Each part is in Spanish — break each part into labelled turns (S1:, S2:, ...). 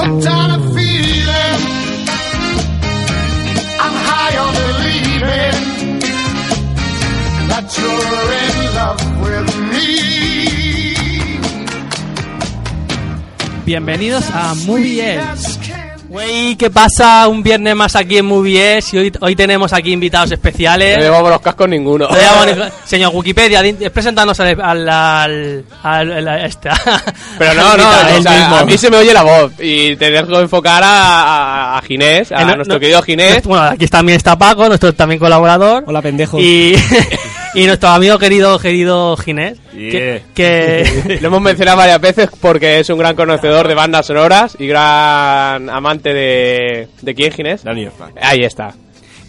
S1: I'm hooked on a feeling. I'm high on believing that you're in love with me.
S2: Bienvenidos a Movies.
S1: Can't
S2: Wey, ¿qué pasa? Un viernes más aquí en Movies y hoy, hoy tenemos aquí invitados
S3: No
S2: especiales.
S3: llevamos los cascos ninguno.
S2: Le llamo a Nico- Señor Wikipedia, di- presentanos al, al, al, al- al- a este.
S3: Pero no, no,
S2: Al
S3: o sea,
S2: invitado.
S3: a mí se me oye la voz. Y te dejo enfocar a, a- a Ginés, a
S2: Eh, no,
S3: nuestro
S2: no-
S3: querido Ginés.
S2: Bueno, aquí también está Paco, nuestro también colaborador.
S4: Hola, pendejo.
S2: Y, y nuestro amigo querido, querido Ginés. Que, que-
S3: Lo hemos mencionado varias veces porque es un gran conocedor de bandas sonoras y gran amante de. ¿De quién, Ginés?
S4: Daniel Frank.
S3: Ahí está.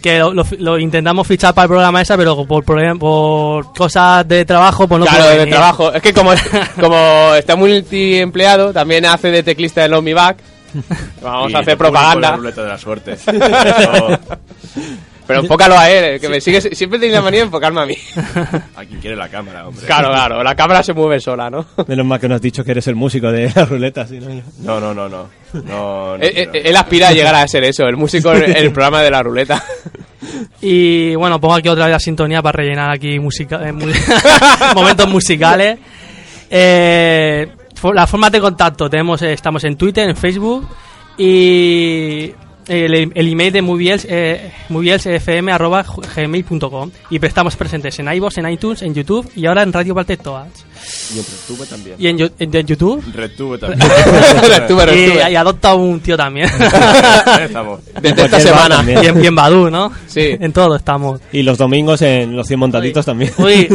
S2: que lo, lo- lo intentamos fichar para el programa esa, pero por, problem- por cosas de trabajo, pues no
S3: claro,
S2: pudo
S3: de
S2: venir.
S3: trabajo. Es que como, como está multiempleado, también hace de teclista del Omnivac. Vamos
S4: Y
S3: a hacer
S4: lo publico en La
S3: propaganda.
S4: ruleta de la suerte. Eso,
S3: Pero enfócalo a él, eh, que me sigue, siempre tiene la manía de enfocarme a mí.
S4: a quien quiere la cámara, hombre.
S3: Claro, claro, la cámara se mueve sola, ¿no?
S5: Menos mal que no has dicho que eres el músico de la ruleta, si no, yo-
S4: No, no, no, no. No, no
S3: Eh, eh,
S4: quiero.
S3: él aspira a llegar a ser eso, el músico en el programa de la ruleta.
S2: Y bueno, pongo aquí otra vez la sintonía para rellenar aquí música, eh, mu- momentos musicales. Eh, fo- las formas de contacto, tenemos, eh, estamos en Twitter, en Facebook y el, e-, el email de moviels, eh, movielsfm.gmail.com y pre- estamos presentes en iVoox, en iTunes, en YouTube y ahora en Radio Valtectoas.
S4: Y en Retuve también.
S2: Y en, yo- en- en YouTube.
S4: eh. Retuve también.
S3: Retuve,
S2: Y,
S3: retuve.
S2: y adopta un tío también.
S4: ¿eh? Estamos.
S3: Desde esta
S5: Cualquier bar
S3: semana.
S5: también.
S2: y, en, y en Badoo, ¿no?
S3: Sí.
S2: En todo estamos.
S5: Y los domingos en los 100 montaditos también.
S2: Uy,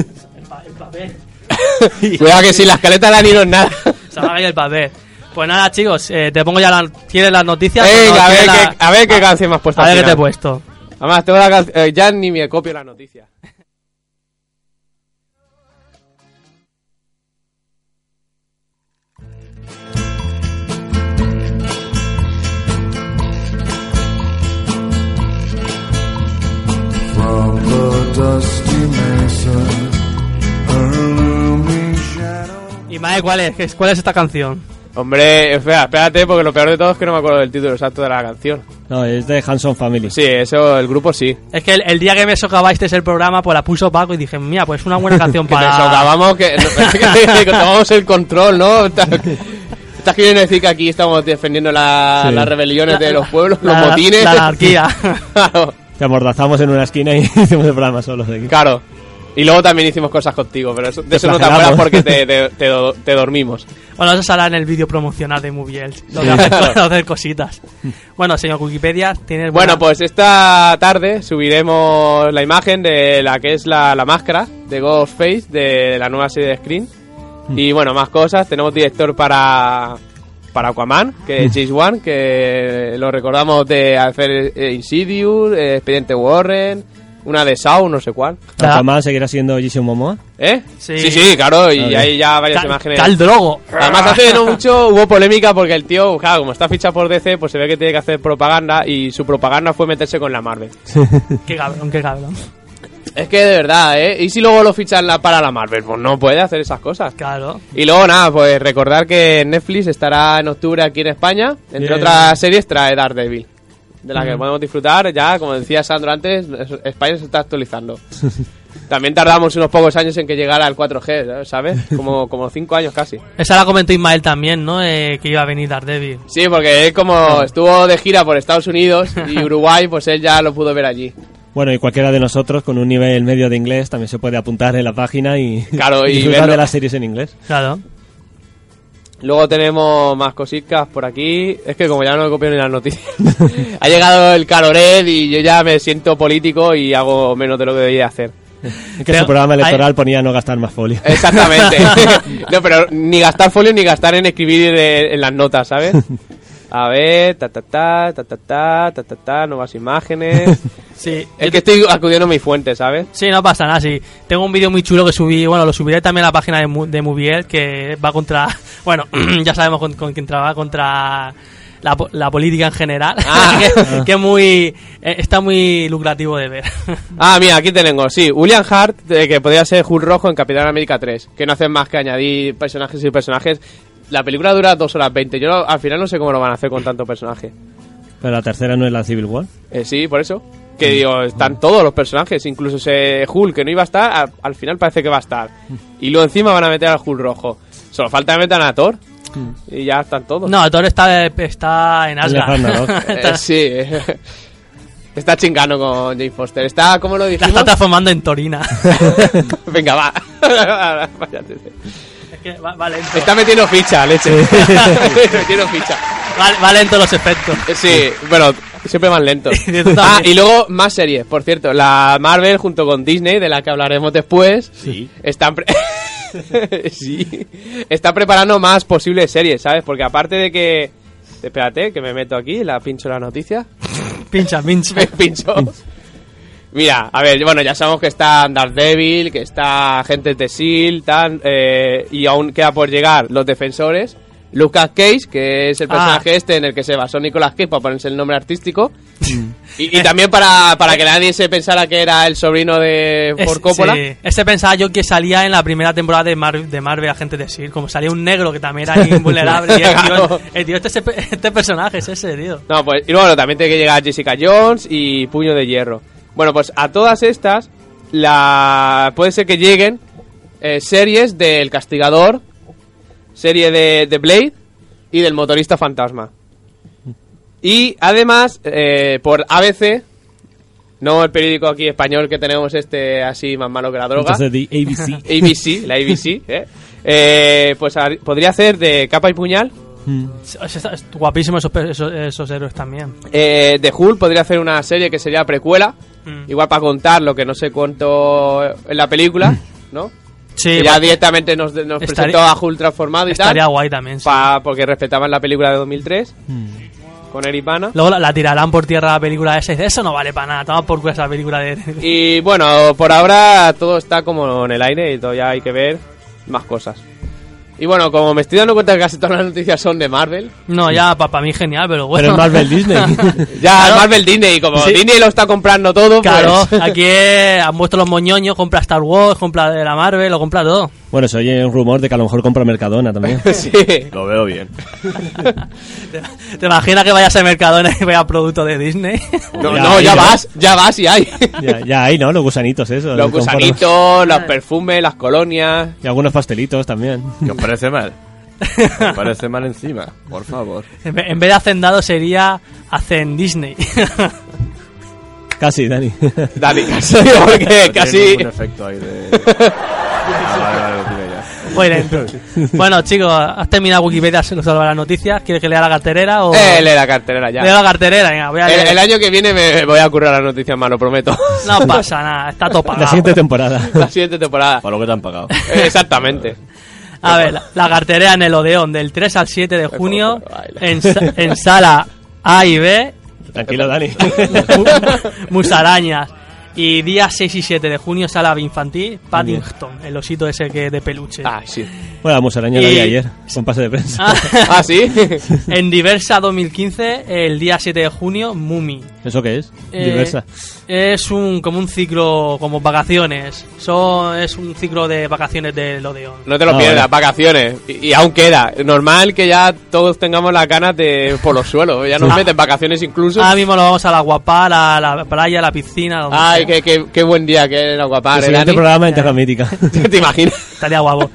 S3: Cuidado que si la escaleta de Danilo es nada.
S2: Se va a caer el papel. Pues nada, chicos, eh, te pongo ya la, ¿Tienes las noticias? pues No,
S3: Venga, a ver,
S2: ¿tienes la-
S3: qué, a ver qué canción me has puesto.
S2: a
S3: al
S2: ver qué te he
S3: final.
S2: puesto.
S3: Además, tengo la can- eh, ya ni me copio la noticia.
S1: From the dusty mesa, her looming shadow.
S2: Y madre, ¿cuál es? ¿Qué es- ¿Cuál es esta canción?
S3: Hombre, espera, espérate, porque lo peor de todo es que no me acuerdo del título exacto de la canción.
S5: No, es de Hanson Family.
S3: Sí, eso, el grupo sí.
S2: Es que el, el día que me socavasteis el programa, pues la puso Paco y dije, mira, pues es una buena canción
S3: Que te
S2: para...
S3: socavamos, que, que tomamos el control, ¿no? Estás estás queriendo decir que aquí estamos defendiendo la-
S5: Sí.
S3: las rebeliones de los pueblos,
S2: la-
S3: los motines.
S2: La anarquía.
S3: Claro.
S5: Te amordazamos en una esquina y hicimos el programa solos de aquí.
S3: Claro. Y luego también hicimos cosas contigo, pero eso- de eso no te
S5: flagelamos.
S3: acuerdas porque te, te- te do- te dormimos.
S2: bueno, eso saldrá en el vídeo promocional de Movie Elf, Lo de hacer, lo de hacer cositas. Bueno, señor Wikipedia, tienes...
S3: Bueno,
S2: buena-
S3: pues esta tarde subiremos la imagen de la que es la, la máscara de Ghostface de la nueva serie de Screen. Y bueno, más cosas. Tenemos director para, para Aquaman, que es James Wan, que lo recordamos de hacer eh, Insidious, eh, Expediente Warren, una de Saw, no sé cuál.
S5: Aquaman seguirá siendo Jason Momoa.
S3: ¿Eh?
S2: Sí.
S3: sí, claro. Y
S5: Vale.
S3: hay ya varias
S2: Tal-
S3: imágenes.
S2: Tal drogo.
S3: Además, hace no mucho hubo polémica porque el tío, claro, como está fichado por DC, pues se ve que tiene que hacer propaganda y su propaganda fue meterse con la Marvel.
S2: Qué cabrón, qué cabrón.
S3: Es que de verdad, ¿eh? ¿Y si luego lo fichan la- para la Marvel? Pues no puede hacer esas cosas.
S2: Claro.
S3: Y luego nada, pues recordar que Netflix estará en octubre aquí en España. Entre
S5: Bien.
S3: otras series trae Daredevil, de la que podemos disfrutar ya, como decía Sandro antes, es- España se está actualizando. También tardamos unos pocos años en que llegara el 4G, ¿sabes? Como, como cinco años casi.
S2: Esa la comentó Ismael también, ¿no? Eh, que iba a venir Daredevil.
S3: Sí, porque él como estuvo de gira por Estados Unidos y Uruguay, pues él ya lo pudo ver allí.
S5: Bueno, y cualquiera de nosotros con un nivel medio de inglés también se puede apuntar en la página y,
S3: Claro, y
S5: disfrutar
S3: verlo.
S5: de las series en inglés.
S2: Claro.
S3: Luego tenemos más cositas por aquí. Es que como ya no copio ni las noticias. ha llegado el calorel y yo ya me siento político y hago menos de lo que debía hacer.
S5: Es que
S2: Pero-
S5: su programa electoral
S2: hay-
S5: ponía no gastar más folio.
S3: Eh. Exactamente. no, pero ni gastar folio ni gastar en escribir eh, en las notas, ¿sabes? A ver, ta ta ta, ta ta ta, ta ta ta, nuevas imágenes.
S2: Sí.
S3: Es que estoy acudiendo a mi fuente, ¿sabes?
S2: Sí, no pasa nada, sí. Tengo un vídeo muy chulo que subí, bueno, lo subiré también a la página de, Mu- de Moviel, que va contra, bueno, ya sabemos con, con quién trabaja, contra la, po- la política en general, que, que es muy, eh, está muy lucrativo de ver.
S3: Ah, mira, aquí te tengo, sí, William Hart, eh, que podría ser Hulk Rojo en Capitán América 3, que no hacen más que añadir personajes y personajes. La película dura 2 horas 20, yo no- al final no sé cómo lo van a hacer con tanto personaje.
S5: Pero la tercera no es la Civil War.
S3: Eh, sí, por eso,
S2: Mm.
S3: que digo, están todos los personajes, incluso ese Hulk que no iba a estar, al, al final parece que va a estar.
S2: Mm.
S3: Y luego encima van a meter al Hulk Rojo. Solo falta que metan a Thor, y ya están todos.
S2: Mm. No, Thor está, está en Asgard.
S5: Ragnarok.
S3: Eh,
S2: Está-
S3: sí, está chingando con Jane Foster, está, ¿cómo lo
S2: La tota-
S3: dijimos?
S2: está transformando en Torina.
S3: Venga, va. Váyate.
S2: Es que va, va lento.
S3: Está metiendo ficha, leche. Está metiendo ficha.
S2: Va- va lento los efectos.
S3: Eh, Sí, bueno, siempre van lentos.
S2: Y tú también.
S3: Ah, y luego más series, por cierto. La Marvel junto con Disney, de la que hablaremos después,
S4: Sí.
S3: están, pre- sí. están preparando más posibles series, ¿sabes? Porque aparte de que... Espérate, que me meto aquí, la pincho la noticia.
S2: Pincha, pincha.
S3: Me pincho. Mira, a ver, bueno, ya sabemos que está Daredevil, que está Agentes de S.H.I.E.L.D., tan, eh, y aún queda por llegar los defensores. Lucas Cage, que es el
S2: Ah.
S3: personaje este en el que se basó Nicolas Cage para ponerse el nombre artístico. y, y también para, para que nadie se pensara que era el sobrino de
S2: Es-
S3: Ford Coppola.
S2: sí. Ese pensaba yo que salía en la primera temporada de, Mar- de Marvel Agente de Shield, E como salía un negro que también era invulnerable. y el tío, el tío, este, se pe- este personaje es ese, tío.
S3: No, pues, y bueno, también tiene que llegar Jessica Jones y Puño de Hierro. Bueno, pues a todas estas, la puede ser que lleguen eh, series del Castigador, serie de, de Blade y del Motorista Fantasma. Y además, eh, por ABC, no el periódico aquí español que tenemos este así más malo que la droga.
S5: Entonces, de ABC.
S3: ABC, la ABC, ¿eh? Eh, pues har- podría hacer de capa y puñal
S5: Mm.
S2: Es- es- es guapísimo esos, pe- esos, esos héroes también.
S3: Eh, de Hulk podría hacer una serie que sería precuela,
S2: Mm.
S3: igual para contar lo que no se contó en la película, ¿no?
S2: Sí,
S3: Que ya
S2: va-
S3: directamente nos, nos
S2: Estaría-
S3: presentó a Hulk transformado y
S2: estaría
S3: tal,
S2: guay también. sí.
S3: pa- porque respetaban la película de 2003 con Eric Bana.
S2: Luego la, la tirarán por tierra la película esa y dice, eso no vale para nada, toma por culo esa película de...
S3: Y bueno, por ahora todo está como en el aire y todavía hay que ver más cosas. Y bueno, como me estoy dando cuenta que casi todas las noticias son de Marvel,
S2: No, ya para mí genial, pero bueno.
S5: Pero es Marvel Disney.
S3: ya
S2: Claro.
S3: Marvel Disney, como
S2: Sí.
S3: Disney lo está comprando todo,
S2: Claro,
S3: pues-
S2: aquí eh, han puesto los moñoños, compra Star Wars, compra de la Marvel, lo compra todo.
S5: bueno, se oye un rumor de que a lo mejor compra Mercadona también.
S3: sí.
S4: Lo veo bien.
S2: ¿Te imaginas que vayas a Mercadona y veas producto de Disney?
S3: No,
S5: Ya,
S3: no,
S5: ahí,
S3: ya
S5: ¿no?
S3: vas, ya vas y hay.
S5: ya, ya hay, ¿no? Los gusanitos, eso.
S3: Los
S5: conformes.
S3: gusanitos, los perfumes, las colonias.
S5: Y algunos pastelitos también.
S4: ¿Qué os parece mal? ¿Os parece mal encima? Por favor.
S2: En ve- en vez de hacendado sería hacen Disney.
S5: Casi, Dani.
S3: Dani, casi, porque
S4: No tiene
S3: casi.
S4: ningún efecto ahí de... Ah, vale, vale, lo tiene ya.
S2: Muy lento. bueno, chicos, has terminado Wikipedia, se nos salva las noticias. ¿Quieres que lea la carterera o...?
S3: Eh, lee la cartelera ya.
S2: Leo la carterera, venga, voy a eh.
S3: El,
S2: leer.
S3: el año que viene me voy a currar las noticias más, lo prometo.
S2: No pasa nada, está topada.
S5: La siguiente temporada.
S3: La siguiente temporada.
S4: Para lo que te han pagado.
S3: Eh, Exactamente.
S2: A ver, la, la carterera en el Odeón del 3 al 7 de junio
S3: baila.
S2: en, sa- en sala A y B,
S5: Tranquilo, Dani.
S2: mu- Musarañas. Y día 6 y 7 de junio sala infantil, Paddington, el osito ese que de peluche.
S3: Ah, sí.
S5: Bueno, la musaraña la
S2: Y-
S5: vi ayer, con pase de prensa.
S3: Ah, sí.
S2: en Diversa 2015, el día 7 de junio, Mumi.
S5: ¿Eso qué es?
S2: Eh,
S5: Diversa.
S2: Es un como un ciclo, como vacaciones. Son, es un ciclo de vacaciones del Odeón.
S3: No te lo
S5: Ah,
S3: pierdas,
S5: vale.
S3: vacaciones. Y, y aún queda. Normal que ya todos tengamos las ganas de
S2: Ah,
S3: por los suelos. Ya nos meten vacaciones incluso.
S2: Ahora mismo lo vamos a la guapá, a la, la playa, a la piscina. donde
S3: Ay, Joder, qué, qué, qué buen día que era Guapar, ¿eh,
S5: El siguiente
S3: Dani?
S5: programa Intergamítica.
S3: ¿Te imaginas?
S2: Estaría guapo.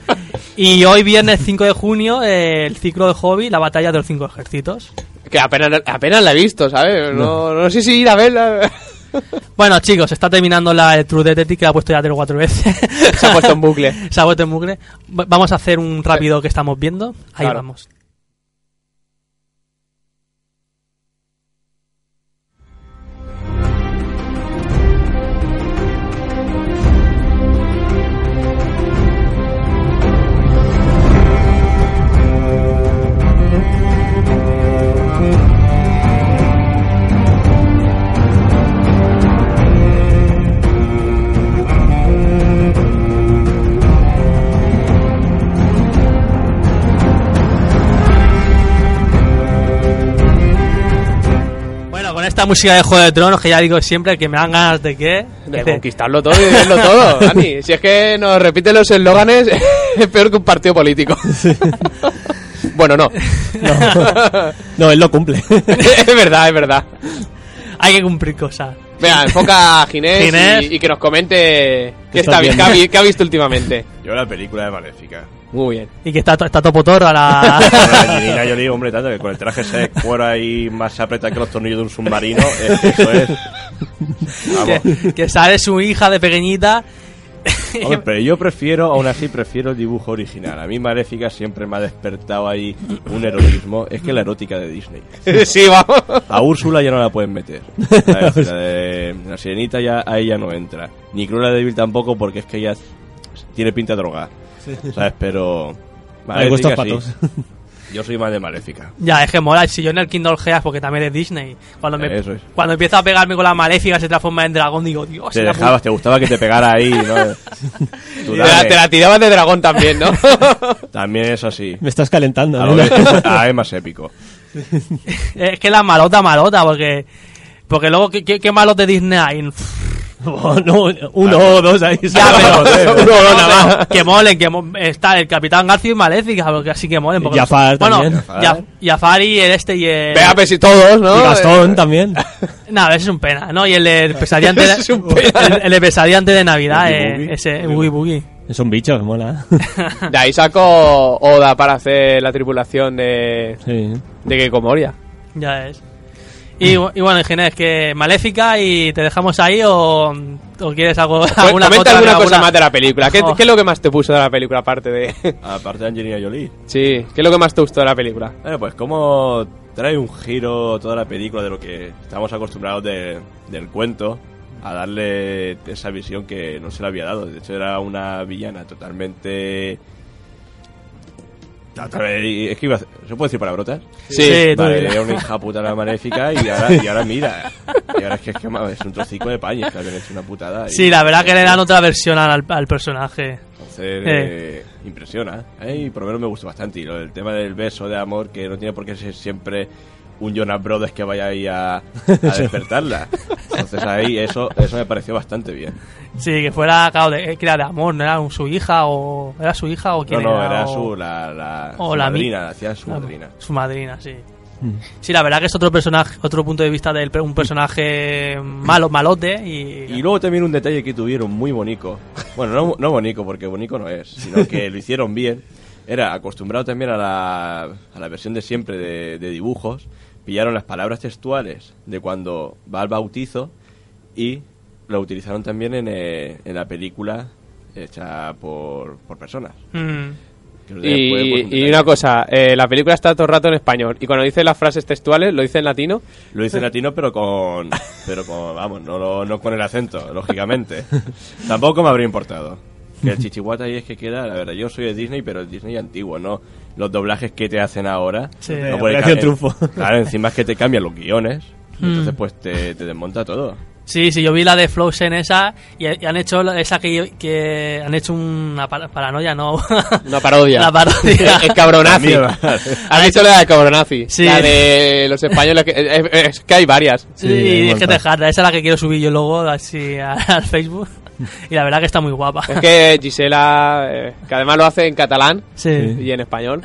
S2: Y hoy, viernes 5 de junio, eh, el ciclo de hobby, la batalla de los cinco ejércitos.
S3: Que apenas, apenas la he visto, ¿sabes? No, no sé si ir a verla.
S2: Bueno, chicos, está terminando la el True Detective que la ha puesto ya tres o cuatro veces.
S3: Se ha puesto en bucle.
S2: Se ha puesto en bucle. Va- Vamos a hacer un rápido que estamos viendo. Ahí
S3: Claro.
S2: vamos. Bueno, con esta música de Juego de Tronos, que ya digo siempre que me dan ganas de que...
S3: De conquistarlo todo y verlo todo, Dani. Si es que nos repiten los eslóganes, es peor que un partido político. Bueno, no.
S5: No, él lo cumple.
S3: es verdad, es verdad.
S2: Hay que cumplir cosas.
S3: Venga, enfoca a Ginés, y-
S2: Ginés.
S3: Y, que nos comente qué, está,
S5: estás
S3: vi- qué,
S5: viendo?
S3: ha, vi- qué ha visto últimamente.
S4: Yo la película de Maléfica.
S3: Muy bien.
S2: Y que está, to- está topotorra la...
S4: Con la Angelina Jolie, hombre, tanto que con el traje ese de cuero ahí más apretada que los tornillos de un submarino, eh, eso es. Vamos.
S2: que, que sale su hija de pequeñita.
S4: Hombre, pero yo prefiero, aún así prefiero el dibujo original. A mí Maléfica siempre me ha despertado ahí un erotismo. Es que la erótica de Disney.
S3: Sí, vamos.
S4: A Úrsula ya no la pueden meter. La, la de- la sirenita ya a ella no entra. Ni Cruella de Vil tampoco porque es que ella tiene pinta de droga. ¿Sabes? Pero...
S5: Hay gustos
S4: Maléfica sí.
S5: patos.
S4: Yo soy más de Maléfica.
S2: Ya, es que mola. Si yo en el Kindle Hearts, porque también es Disney. Cuando, me,
S4: Eso es.
S2: cuando empieza a pegarme con la maléfica, se transforma en dragón. Digo, Dios,
S4: Te
S2: la
S4: dejabas, te gustaba que te pegara ahí, ¿no? Tú
S3: Te la,
S4: dale.
S3: te la tirabas de dragón también, ¿no?
S4: También es así.
S5: Me estás calentando.
S2: Ah,
S4: A
S5: ¿no?
S4: lo de- a es más épico.
S2: pu- Es que la malota, malota, porque. Porque luego, ¿qué, qué, qué malos de Disney hay? Pff,
S5: Oh, no, uno o dos ahí.
S2: Ya, pero.
S3: Uno, no, nada más.
S2: que molen, que mo- está el Capitán García y Maléfica, porque así que molen. porque-
S5: Jafar
S2: bueno,
S5: también.
S2: Ya- Jafar y el este y el.
S3: Vea, pues si todos, ¿no?
S5: Y
S2: eh.
S5: Gastón también.
S2: Nada, ese es un pena, ¿no? Y el de pesadilla antes
S3: Ese es un
S2: de,
S3: pena.
S2: el, el de pesadilla antes de Navidad,
S4: Boogie
S2: eh,
S4: Boogie.
S2: ese Boogie Boogie.
S5: Es un bicho, que mola.
S3: De ahí sacó Oda para hacer la tripulación de,
S5: Sí.
S3: de Kekomoria.
S2: Ya es. Y,
S3: Mm.
S2: bu- y bueno, Ginés, que maléfica y te dejamos ahí o, o quieres algo, alguna
S3: Comenta
S2: otra-
S3: alguna cosa más de la película. ¿Qué,
S2: Oh.
S3: qué es lo que más te puso de la película aparte de...?
S4: Aparte de Angelina Jolie.
S3: Sí, ¿qué es lo que más te gustó de la película?
S4: Bueno, pues como trae un giro toda la película de lo que estamos acostumbrados de- del cuento a darle esa visión que no se le había dado. De hecho, era una villana totalmente... Es que iba a... hacer- ¿Se puede decir palabrotas? Eh,
S3: Sí.
S2: Sí. tú
S4: Vale,
S2: dilo.
S4: era una hija puta la maléfica y ahora, y ahora mira. Y ahora es que es, que, madre, es un trocico de pañes que habían hecho una putada. y-
S2: Sí, la verdad que le dan otra versión al, al personaje.
S4: Entonces, eh, impresiona. ¿eh? Y por lo menos me gustó bastante. Y lo del tema del beso de amor, que no tiene por qué ser siempre un Jonas Brothers que vaya ahí a, a despertarla. Entonces ahí eso, eso me pareció bastante bien.
S2: Sí, que fuera, claro, de, que era de amor, no era un- su hija o... ¿Era su hija o
S4: No,
S2: quién
S4: no,
S2: era?
S4: era
S2: o-
S4: su, la, la,
S2: o
S4: su
S2: la mi-
S4: madrina, hacía su madrina.
S2: Su madrina, sí.
S3: Mm.
S2: Sí, la verdad que es otro personaje, otro punto de vista de un personaje malo, malote y...
S4: Y luego también un detalle que tuvieron muy bonito. Bueno, no, no bonito, porque bonito no es, sino que lo hicieron bien. Era acostumbrado también a la, a la versión de siempre de, de dibujos. Pillaron las palabras textuales de cuando va al bautizo y lo utilizaron también en, eh, en la película hecha por, por personas.
S2: Mm.
S4: Que pues, lo tenía puesto
S3: Y,
S4: un
S3: y
S4: detalle.
S3: una cosa, eh, la película está todo el rato en español y cuando dice las frases textuales lo dice en latino.
S4: Lo hice en latino, pero con. Pero con. Vamos, no, lo- no con el acento, lógicamente. Tampoco me habría importado. Que el chichihuata ahí es que queda, la verdad. Yo soy de Disney, pero el Disney antiguo, ¿no? Los doblajes que te hacen ahora.
S2: Sí.
S4: no
S5: Operación
S4: cambiar-
S5: Triunfo.
S4: Claro, encima es que te cambian los guiones.
S2: Mm.
S4: y Entonces, pues te, te desmonta todo.
S2: Sí, sí, yo vi la de Frozen esa y, y han hecho la- esa que, que han hecho una par- paranoia, ¿no.
S3: Una parodia.
S2: La parodia.
S3: El cabronazi.
S4: La mía.
S3: ¿Has visto la de cabronazi?
S2: Sí.
S3: La de los españoles. que- eh, eh, es, que hay varias.
S2: Sí,
S5: Sí, hay un
S2: es que te
S5: montón.
S2: jarra, esa es la que quiero subir yo luego así a- al Facebook y la verdad que está muy guapa.
S3: Es que Gisela, eh, que además lo hace en catalán
S2: Sí.
S3: y en español.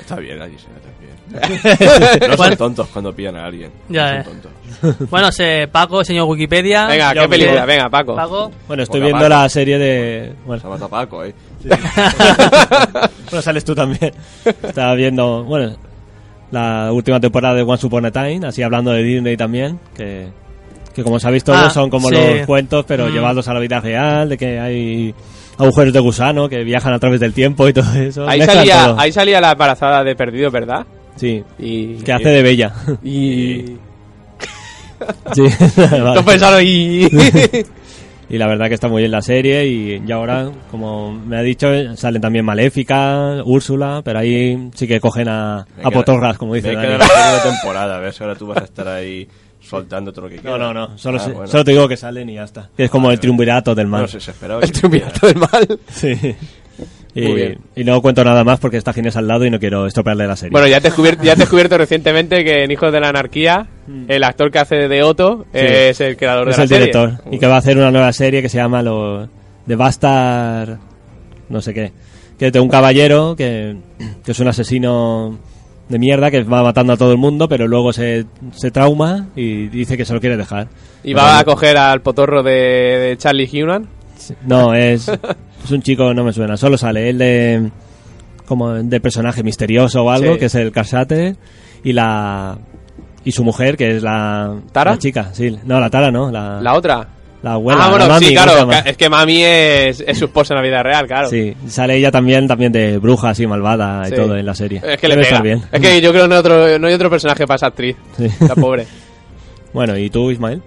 S4: Está bien, la Gisela también. No
S2: ¿Cuál?
S4: son tontos cuando pillan a alguien.
S2: Ya,
S4: no
S2: eh.
S4: son tontos.
S2: Bueno, se- Paco, señor Wikipedia.
S3: Venga,
S2: Yo
S3: ¿qué película?
S2: que-
S3: Venga, Paco.
S2: Paco.
S5: Bueno, estoy
S4: Hola,
S5: viendo
S4: Paco.
S5: la serie de.
S4: Se
S5: Bueno,
S4: mata Paco, eh.
S5: bueno, sales tú también. Estaba viendo, bueno, la última temporada de One Upon a Time, así hablando de Disney también, que, que como sabéis todos
S2: Ah,
S5: son como
S2: sí.
S5: los cuentos, pero
S2: Mm.
S5: llevados a la vida real, de que hay agujeros de gusano que viajan a través del tiempo y todo eso.
S3: Ahí
S5: Mezclan
S3: salía,
S5: todo.
S3: ahí salía la embarazada de Perdido, ¿verdad?
S5: Sí,
S3: Y...
S5: que hace de bella.
S3: Y...
S5: Ah, sí, vale.
S3: Todos pensaron y...
S5: Y la verdad que está muy bien la serie y, y ahora, como me ha dicho, eh, salen también Maléfica, Úrsula, pero ahí sí que cogen a,
S4: Me
S5: a
S4: queda-
S5: potorras, como dice
S4: Me queda
S5: Dani.
S4: la segunda temporada, a ver si ahora tú vas a estar ahí soltando todo lo que quieras.
S5: No, no, no, solo,
S4: Ah,
S5: se-
S4: bueno.
S5: solo te digo que salen y ya está. Es
S3: Ah,
S5: como el triunvirato del mal.
S4: No sé, se esperaba.
S3: El
S4: que-
S3: triunvirato del mal.
S5: Sí.
S3: Muy
S5: Y,
S3: bien.
S5: y no cuento nada más porque está Ginés al lado y no quiero estropearle la serie.
S3: Bueno, ya te, he descubierto, ya te he descubierto recientemente que en Hijos de la Anarquía, el actor que hace de Otto eh, es el creador
S5: es
S3: de la
S5: el
S3: serie.
S5: director. Y que va a hacer una nueva serie que se llama lo The Bastard... No sé qué. Que es de un caballero que, que es un asesino de mierda que va matando a todo el mundo, pero luego se, se trauma y dice que se lo quiere dejar.
S3: Y va a coger al potorro de, de Charlie Human.
S5: No, es, es un chico, no me suena. Solo sale él de... Como de personaje misterioso o algo,
S3: Sí.
S5: que es el Carsate. Y la... Y su mujer, que es la...
S3: ¿Tara?
S5: La chica, sí. No, la Tara no. La,
S3: La otra.
S5: la abuela.
S3: ah,
S5: Ah. la
S3: bueno,
S5: mami,
S3: sí,
S5: ¿cómo se
S3: claro.
S5: llama?
S3: ca- Es que Mami es, es su esposa en la vida real, claro.
S5: Sí, sale ella también, también de bruja así malvada y
S3: Sí.
S5: todo en la serie.
S3: Es que le
S5: Debe
S3: pega.
S5: estar bien.
S3: Es que yo creo que no, hay otro, no hay otro personaje para esa actriz.
S5: Sí.
S3: La pobre.
S5: Bueno, ¿y tú, Ismael?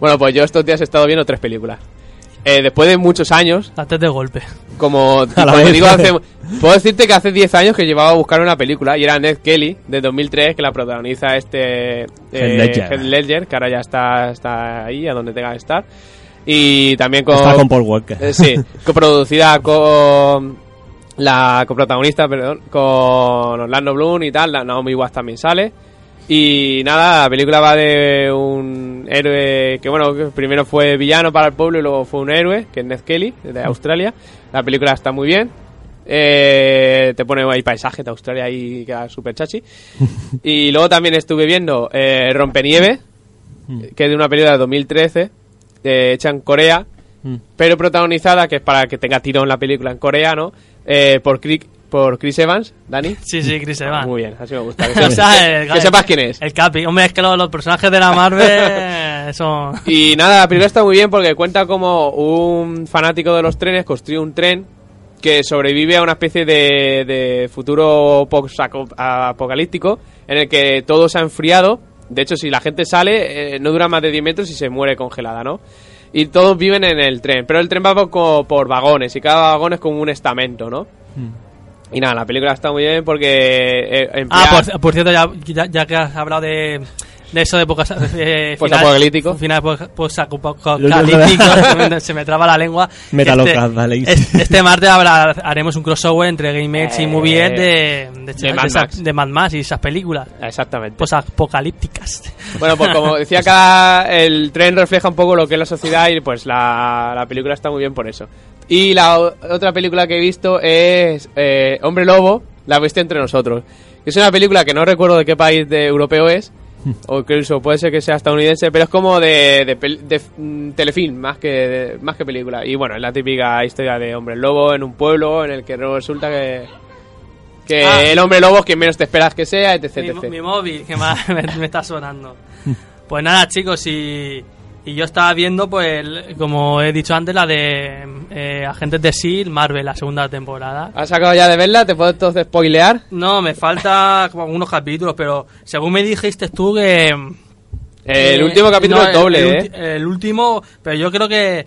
S3: bueno, pues yo estos días he estado viendo tres películas. Eh, después de muchos años,
S2: Antes de golpe.
S3: como
S5: la
S3: como
S5: vez.
S3: digo, hace- puedo decirte que hace 10 años que llevaba a buscar una película y era Ned Kelly de 2003 que la protagoniza este eh,
S5: Ledger.
S3: Heath Ledger, que ahora ya está, está ahí, a donde tenga que estar. Y también con...
S5: Está con Paul Walker.
S3: Eh, sí, coproducida con la coprotagonista, perdón, con Orlando Bloom y tal, la Naomi Watts también sale. Y nada, la película va de un héroe que, bueno, que primero fue villano para el pueblo y luego fue un héroe, que es Ned Kelly, de Australia. La película está muy bien. Eh, te pone ahí paisaje de Australia ahí queda súper chachi. Y luego también estuve viendo eh, Rompenieve, que es de una película de 2013, eh, hecha en Corea,
S5: Mm.
S3: pero protagonizada, que es para que tenga tirón la película en coreano, eh, por, Crick- por Chris Evans, Dani.
S2: Sí, sí, Chris Evans.
S3: Ah, Muy bien, así me gusta. Que,
S2: Ah. O
S3: sepas-
S2: sea, el-
S3: que sepas quién es.
S2: El Capi. Hombre, es que los, los personajes de la Marvel son...
S3: Y nada, la película está muy bien porque cuenta como un fanático de los trenes construye un tren que sobrevive a una especie de, de futuro posaco- apocalíptico en el que todo se ha enfriado. De hecho, si la gente sale, eh, no dura más de 10 metros y se muere congelada, ¿no? Y todos viven en el tren, pero el tren va por, co- por vagones y cada vagón es como un estamento, ¿no?
S2: Hmm.
S3: Y nada, la película está muy bien porque... eh, emplea-
S2: Ah, por, por cierto, ya, ya, ya que has hablado de, de eso de pocas. eh,
S3: Posapocalíptico.
S2: Final final posapocalíptico. se me- se me traba la lengua.
S5: Metaloca,
S2: este,
S5: vale.
S2: es- Este martes habrá- haremos un crossover entre GameX y
S3: Eh,
S2: Movie Ed de, de,
S3: de Mad
S2: esas-
S3: Max.
S2: de Mad Max y esas películas
S3: Exactamente.
S2: posapocalípticas.
S3: Bueno, pues como decía, cada, el tren refleja un poco lo que es la sociedad y pues la, la película está muy bien por eso. Y la o- otra película que he visto es eh, Hombre Lobo, la viste entre nosotros. Es una película que no recuerdo de qué país de europeo es, o incluso puede ser que sea estadounidense, pero es como de, de pel- de, mm, telefilm más que, de- más que película. Y bueno, es la típica historia de Hombre Lobo en un pueblo en el que resulta que... Que
S2: Ah.
S3: el hombre lobo es quien menos te esperas que sea, etc.
S2: mi,
S3: etc.
S2: mi móvil, que más me, me está sonando. Pues nada, chicos, y, y yo estaba viendo, pues, el- como he dicho antes, la de eh, Agentes de S.I.L. Marvel, la segunda temporada.
S3: ¿Has acabado ya de verla? ¿Te puedo entonces spoilear?
S2: No, me falta como algunos capítulos, pero según me dijiste tú que...
S3: El
S2: eh,
S3: último capítulo
S2: no,
S3: es doble,
S2: el,
S3: ¿eh?
S2: ulti- el último, pero yo creo que...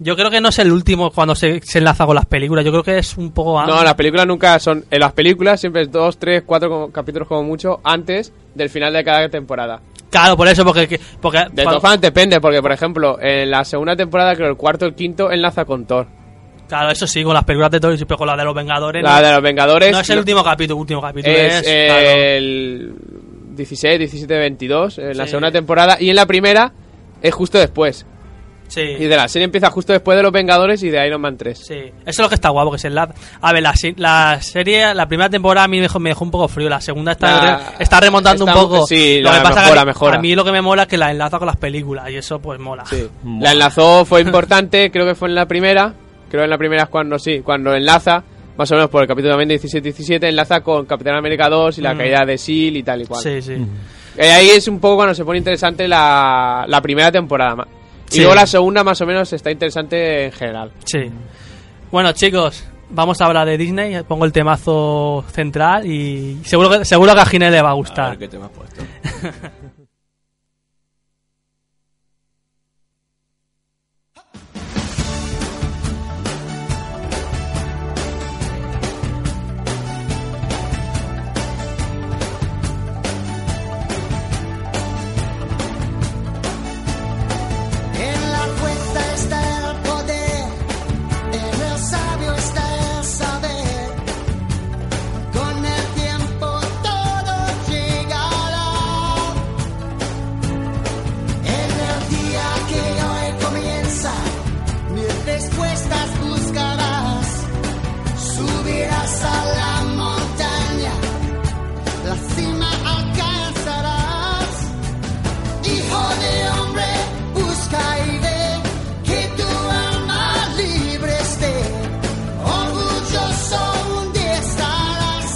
S2: Yo creo que no es el último cuando se, se enlaza con las películas, yo creo que es un poco antes.
S3: No, las películas nunca son... En las películas siempre es dos, tres, cuatro como- capítulos como mucho antes del final de cada temporada.
S2: Claro, por eso, porque... que- porque
S3: De
S2: cuando-
S3: Thor fans depende, porque por ejemplo, en la segunda temporada, creo el cuarto el quinto enlaza con Thor.
S2: claro, eso sí, con las películas de Thor, pero con la de los Vengadores...
S3: La
S2: no,
S3: de los Vengadores...
S2: no es el último capítulo, último capítulo.
S3: Es
S2: Es,
S3: eh,
S2: claro.
S3: el 16, 17, 22 en la
S2: Sí.
S3: segunda temporada. Y en la primera es justo después.
S2: Sí.
S3: Y de la serie empieza justo después de Los Vengadores y de Iron Man 3.
S2: Sí, eso es lo que está guapo, que es el lab. A ver, la, se- la serie, la primera temporada a mí me dejó, me dejó un poco frío, la segunda está,
S3: La-
S2: está remontando
S3: está-
S2: un poco.
S3: sí,
S2: lo
S3: la
S2: que pasa
S3: mejora,
S2: que
S3: mejora.
S2: A mí lo que me mola es que la enlaza con las películas y eso pues mola.
S3: Sí. La enlazó, fue importante, creo que fue en la primera. Creo que en la primera es cuando sí, cuando enlaza, más o menos por el capítulo 17-17, enlaza con Capitán América 2 y la caída de SEAL E y tal y cual.
S2: Mm. Sí, sí.
S3: Eh, ahí es un poco cuando se pone interesante la, la primera temporada. ma- Y
S2: Sí.
S3: luego la segunda más o menos está interesante en general.
S2: Sí. Bueno, chicos, vamos a hablar de Disney. Pongo el temazo central y seguro que, seguro que a Gine le va a
S4: A
S2: gustar.
S4: ver qué tema has puesto.
S6: En la fuerza está el poder, en el sabio está el saber. Con el tiempo todo llegará. En el día que hoy comienza, mis respuestas buscarás. Subirás a la montaña, la cima alcanzarás. Hijo de hombre, busca y ve que tu alma libre esté. Orgulloso un día estarás.